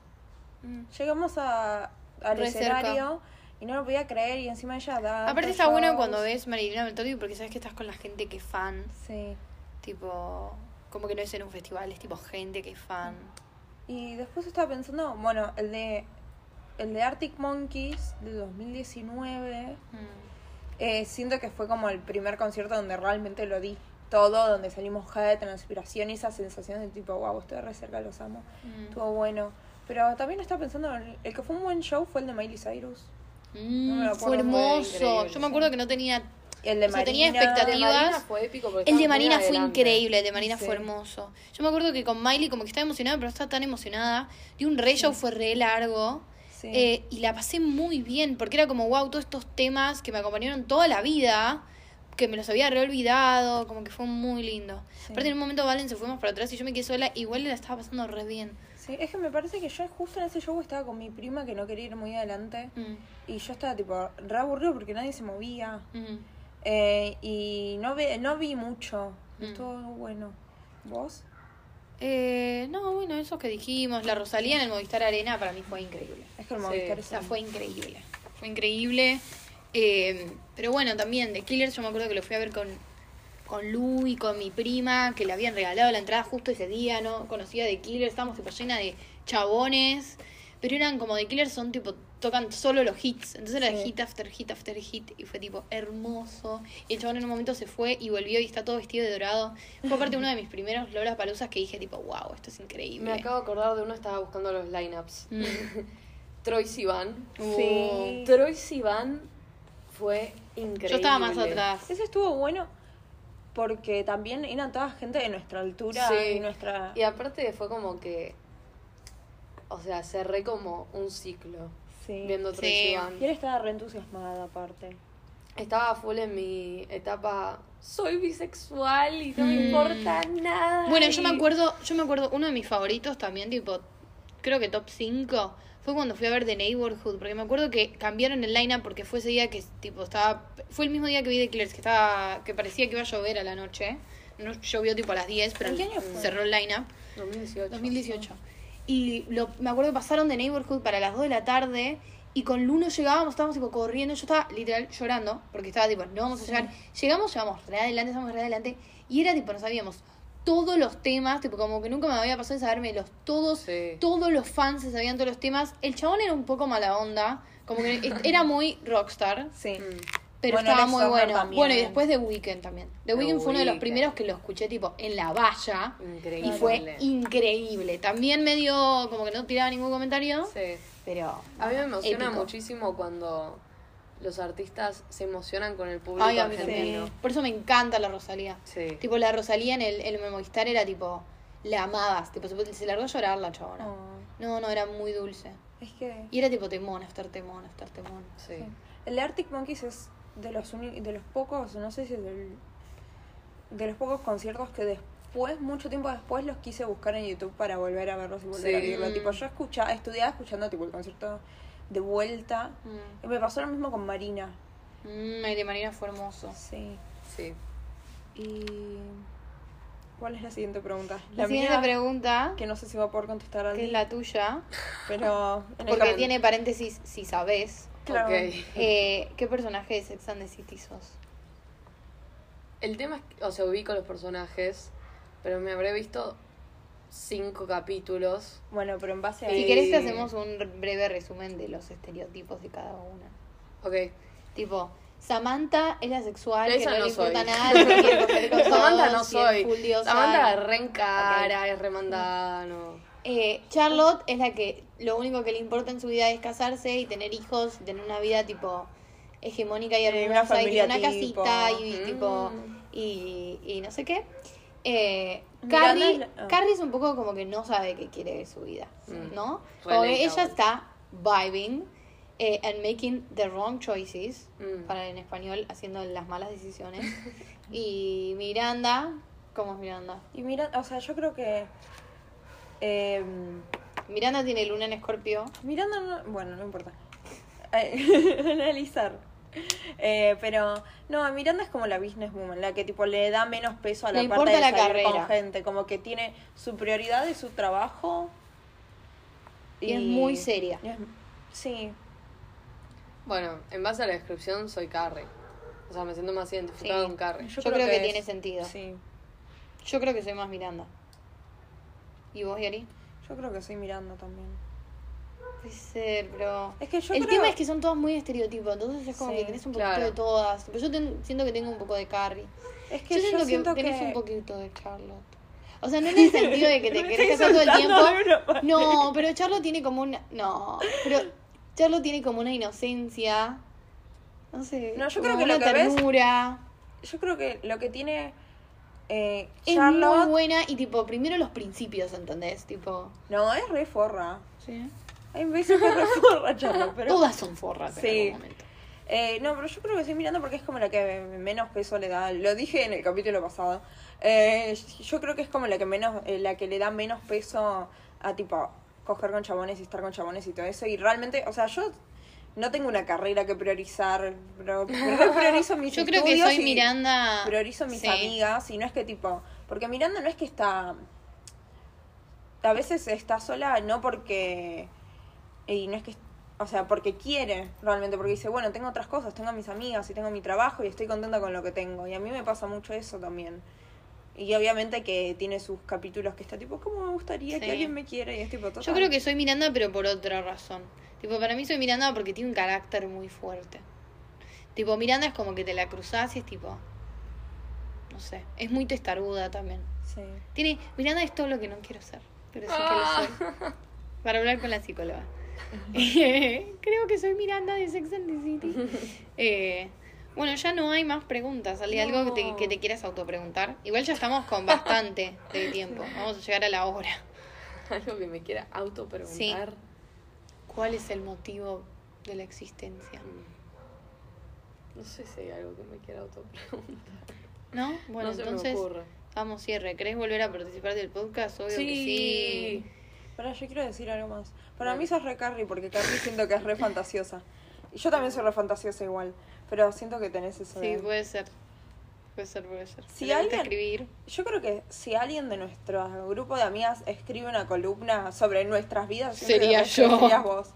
B: Mm.
A: llegamos a, al
B: Re cerca.
A: escenario y no lo podía creer y encima ella
C: Ah,
A: da...
B: Aparte
A: dos
B: está bueno
A: shows.
B: cuando ves Marilina Bertoldi porque sabes que estás con la gente que es fan.
A: Sí.
B: Tipo, como que no es en un festival, es tipo gente que es fan.
A: Y después estaba pensando, bueno, el de el de Arctic Monkeys de 2019,
B: Mm.
A: eh, siento que fue como el primer concierto donde realmente lo di todo, donde salimos cada de transpiración y esa sensación de tipo, wow, estoy re cerca, los amo.
B: Mm.
A: Estuvo bueno. Pero también estaba pensando, en- el que fue un buen show fue el de Miley Cyrus. No me lo
B: Mm,
A: acuerdo,
B: fue
C: fue
B: hermoso.
C: increíble,
B: Yo me acuerdo que no tenía.
A: Y el de
B: O sea,
A: Marina.
B: tenía expectativa.
C: Marina fue épico porque
B: El de
C: estaba muy
B: Marina fue
C: adelante.
B: increíble, el de Marina
A: Sí.
B: fue hermoso. Yo me acuerdo que con Miley como que estaba emocionada, pero no estaba tan emocionada. Y un re show fue re largo.
A: Sí.
B: Eh, y la pasé muy bien, porque era como, wow, todos estos temas que me acompañaron toda la vida, que me los había re olvidado, como que fue muy lindo.
A: Sí.
B: Aparte en un momento Valen se fue más para atrás y yo me quedé sola, igual la estaba pasando re bien.
A: Sí, es que me parece que yo justo en ese show estaba con mi prima que no quería ir muy adelante.
B: Mm,
A: Y yo estaba tipo re aburrido porque nadie se movía.
B: mm.
A: Eh, y no, ve, no vi mucho.
B: Mm.
A: Estuvo bueno. ¿Vos?
B: Eh, no, bueno, eso que dijimos, la Rosalía en el Movistar Arena para mí fue increíble.
A: Es que el
C: Sí,
A: Movistar
B: O
A: es
B: sea,
A: un-
B: fue increíble. Fue increíble. Eh, pero bueno, también de Killer yo me acuerdo que lo fui a ver con, con Lu y con mi prima, que le habían regalado la entrada justo ese día, ¿no? Conocía de Killer, estábamos tipo llena de chabones. Pero eran como de Killer son tipo, tocan solo los hits. Entonces era
A: Sí.
B: hit after hit after hit. Y fue tipo hermoso. Y el chabón en un momento se fue y volvió y está todo vestido de dorado. Fue aparte uno de mis primeros Lolas Palusas que dije tipo, wow, esto es increíble.
C: Me acabo de acordar de uno, estaba buscando los lineups.
B: Mm.
C: Troy Sivan.
A: Sí.
C: Troy Sivan fue increíble.
B: Yo estaba más atrás.
A: Ese estuvo bueno porque también eran toda gente de nuestra altura
C: Sí.
A: y nuestra...
C: Y aparte fue como que. O sea, cerré como un ciclo
A: Sí.
C: viendo Troy
B: Sí.
C: Sivan.
A: Y él estaba re entusiasmada aparte.
C: Estaba full en mi etapa. Soy bisexual y no
B: Mm.
C: me importa nada.
B: Bueno, yo me
C: y-
B: acuerdo, yo me acuerdo, uno de mis favoritos también, tipo, creo que top 5, fue cuando fui a ver The Neighborhood, porque me acuerdo que cambiaron el lineup porque fue ese día que tipo estaba, fue el mismo día que vi The Killers, que estaba, que parecía que iba a llover a la noche. No llovió tipo a las 10, pero
A: ¿En qué año fue?
B: cerró el lineup.
C: 2018.
B: 2018. Y lo, me acuerdo que pasaron de Neighborhood para las 2 de la tarde. Y con Luno llegábamos, estábamos tipo corriendo. Yo estaba literal llorando porque estaba tipo, no vamos a llegar. Llegamos, llegamos re adelante, estamos re adelante. Y era tipo, no sabíamos todos los temas, tipo como que nunca me había pasado de saberme los todos,
C: Sí.
B: todos los fans se sabían todos los temas. El chabón era un poco mala onda, como que e-, era muy rockstar.
A: Sí.
B: Pero
A: Bueno,
B: estaba
A: Alex
B: muy
A: Turner
B: bueno.
A: también.
B: Bueno, y después de Weekend también. The
C: The
B: Weeknd fue uno de los
C: Weeknd.
B: primeros que lo escuché tipo en la valla.
C: Mm, Increíble.
B: Y fue increíble. También medio como que no tiraba ningún comentario,
C: Sí.
B: pero
C: A mí me emociona
B: Épico.
C: muchísimo cuando los artistas se emocionan con el público
B: ay, a mí
C: argentino.
B: también. Por eso me encanta la Rosalía.
C: Sí.
B: Tipo la Rosalía en el, el Memovistar era tipo la amabas, tipo se, se largó a llorar la
C: Mm.
B: chabona.
A: Oh,
B: No, no era muy dulce.
A: es que...
B: Y era tipo temón, after temón, after temón.
C: Sí.
A: El Arctic Monkeys es de los, uni- de los pocos, no sé si es del- de los pocos conciertos que después, mucho tiempo después, los quise buscar en YouTube para volver a verlos y volver a
C: Sí. Mm.
A: vivirlo. Tipo, yo escuchaba, estudiaba escuchando tipo el concierto de vuelta.
B: Mm.
A: Y me pasó lo mismo con Marina.
B: Mm, el de Marina fue hermoso.
A: Sí.
C: Sí.
A: Y ¿cuál es la siguiente pregunta?
B: La, siguiente pregunta,
A: que no sé si va a poder contestar
B: que
A: Andy,
B: es la tuya,
A: pero en el
B: porque
A: capítulo-
B: tiene paréntesis si sabes.
A: Claro.
C: Ok.
B: Eh, ¿Qué personaje de Sex and the City sos?
C: El tema es que, o sea, ubico los personajes, pero me habré visto cinco capítulos.
A: Bueno, pero en base a
B: Si
C: Sí.
B: querés te
C: Eh.
B: hacemos un breve resumen de los estereotipos de cada una.
C: Ok.
B: Tipo, Samantha es la sexual,
C: Pero
B: que
C: esa
B: no, le
C: no
B: importa
C: soy.
B: nada, se quiere coger con
C: Samantha
B: todos,
C: no
B: y es
C: soy.
B: full diosa.
C: Samantha es re en cara, es remandada, no.
B: Eh, Charlotte es la que lo único que le importa en su vida es casarse y tener hijos, tener una vida tipo hegemónica y
A: Eh, una
B: hermosa y
A: familia
B: tipo, una
A: tipo.
B: casita y
C: Mm.
B: tipo y, y no sé qué. Eh,
A: Miranda
B: Carrie,
A: es la- ah.
B: Carrie es un poco como que no sabe qué quiere de su vida,
C: Mm.
B: ¿no?
C: Re
B: Como que
C: lenta,
B: ella
C: boludo.
B: está vibing eh, and making the wrong choices,
C: Mm.
B: para en español haciendo las malas decisiones. y Miranda, ¿cómo es Miranda?
A: y mira, o sea, yo creo que em,
B: Miranda tiene luna en Escorpio.
A: Miranda no, bueno, no importa. Eh, Analizar. Eh, pero no, Miranda es como la businesswoman, la que tipo le da menos peso a la
B: Le
A: parte de
B: importa la
A: salir con
B: carrera.
A: gente, como que tiene su prioridad es su trabajo.
B: Y es muy seria.
A: y es- sí,
C: Bueno, en base a la descripción soy Carrie. O sea, me siento más identificada
B: Sí.
C: con Carrie.
B: Yo creo que
A: es-
B: tiene sentido.
A: Sí,
B: Yo creo que soy más Miranda. ¿Y vos, Yari?
A: yo creo que soy Miranda también.
B: Puede ser, pero.
A: Es que yo
B: el
A: creo-
B: tema es que son todas muy estereotipos, entonces es como
A: Sí,
B: que tenés un poquito
C: claro.
B: de todas. Pero yo ten- siento que tengo un poco de Carrie.
A: Es
B: yo
A: que yo,
B: siento que
A: siento
B: tenés un
A: que
B: poquito de Charlotte. O sea, no en el sentido de que te
A: Me
B: querés
A: estoy
B: casar todo el
A: soltando de una
B: tiempo.
A: manera.
B: No, pero Charlo tiene como una. No, pero Charlo tiene como una inocencia. No sé.
A: No, yo
B: como
A: creo que lo
B: una
A: que ves-
B: ternura.
A: Yo creo que lo que tiene eh,
B: Es
A: Charlotte.
B: muy buena y tipo, primero los principios, ¿entendés? Tipo.
A: No, es re forra.
B: Sí.
A: Hay veces que es re forra Charlotte, pero.
B: Todas son forras en
A: Sí.
B: algún momento.
A: Eh, no, pero yo creo que estoy mirando porque es como la que menos peso le da. Lo dije en el capítulo pasado. Eh, yo creo que es como la que menos, eh, la que le da menos peso a tipo coger con chabones y estar con chabones y todo eso. Y realmente, o sea, yo no tengo una carrera que priorizar, pero, pero priorizo mis
B: Yo creo que
A: estudios
B: soy
A: y
B: Miranda.
A: Priorizo mis
B: sí.
A: amigas y no es que tipo, porque Miranda no es que está, a veces está sola no porque y no es que o sea porque quiere realmente porque dice bueno tengo otras cosas tengo a mis amigas y tengo mi trabajo y estoy contenta con lo que tengo y a mí me pasa mucho eso también y obviamente que tiene sus capítulos que está tipo cómo me gustaría
B: Sí.
A: que alguien me quiera y es tipo total.
B: Yo creo que soy Miranda, pero por otra razón. Tipo, para mí soy Miranda porque tiene un carácter muy fuerte. Tipo, Miranda es como que te la cruzás y es tipo. No sé. Es muy testaruda también.
A: sí
B: Tiene. Miranda es todo lo que no quiero ser. Pero sí
C: Ah.
B: que lo soy. Para hablar con la psicóloga. creo que soy Miranda de Sex and the City. Eh, bueno, ya no hay más preguntas. ¿Hay algo que te, que te quieras autopreguntar? Igual ya estamos con bastante de tiempo. Vamos a llegar a la hora.
C: Algo que me quiera auto preguntar.
B: ¿Cuál es el motivo de la existencia?
C: Mm. No sé si hay algo que me quiera auto preguntar.
B: ¿No? Bueno,
C: no se
B: entonces,
C: me ocurre.
B: vamos, cierre. ¿Querés volver a participar del podcast? Obvio que sí.
A: Pará, yo quiero decir algo más para
C: Dale.
A: mí sos re Carrie porque Carrie siento que es re fantasiosa y yo también soy re fantasiosa igual pero siento que tenés eso
B: Sí,
A: de-
B: puede ser. Puede ser, puede ser.
A: Si
B: Le gusta
A: alguien-
B: escribir.
A: Yo creo que si alguien de nuestro grupo de amigas escribe una columna sobre nuestras vidas, yo creo
B: Sería
A: que esa
B: yo.
A: Serías vos.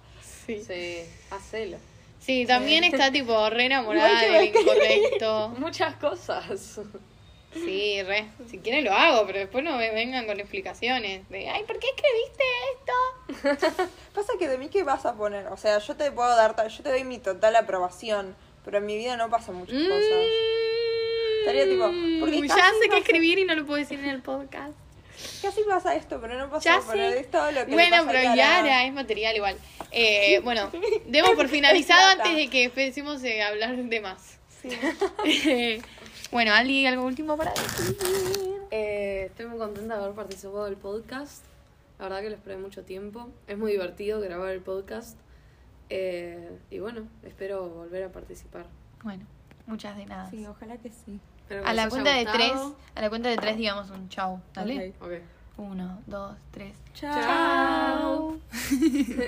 B: Sí. sí.
C: Sí, hacelo.
B: también está tipo re enamorada
A: Igual que me
B: del incorrecto.
C: Muchas cosas.
B: Sí, re. Si quieren lo hago, pero después no me vengan con explicaciones de, ay, ¿por qué escribiste esto?
A: Pasa que de mí qué vas a poner. O sea, yo te puedo dar, ta- yo te doy mi total aprobación, pero en mi vida no pasan muchas cosas. Estaría tipo, porque
B: Mm, ya
A: casi
B: sé qué
A: pasa-
B: escribir y no lo puedo decir en el podcast.
A: Casi pasa esto, pero no
B: Ya
A: pasa.
B: sé.
A: Pero es todo lo que le
B: Bueno,
A: pasa a
B: pero
A: Yara.
B: Yara es material igual. Eh, bueno, demos por finalizado
A: plata.
B: antes de que empecemos eh, a hablar de más. Eh, bueno, Ali, ¿algo último para decir?
C: Eh, estoy muy contenta de haber participado del podcast. La verdad que lo esperé mucho tiempo. Es muy divertido grabar el podcast. Eh, y bueno, espero volver a participar.
B: Bueno, muchas de nada.
A: Sí, ojalá que sí.
C: Espero que
B: a
C: les
B: la
C: haya
B: cuenta de tres,
C: gustado.
B: a la cuenta de tres digamos un chau, ¿dale?
A: Ok.
C: Ok.
B: Uno, dos, tres.
A: Chao.
C: Chao.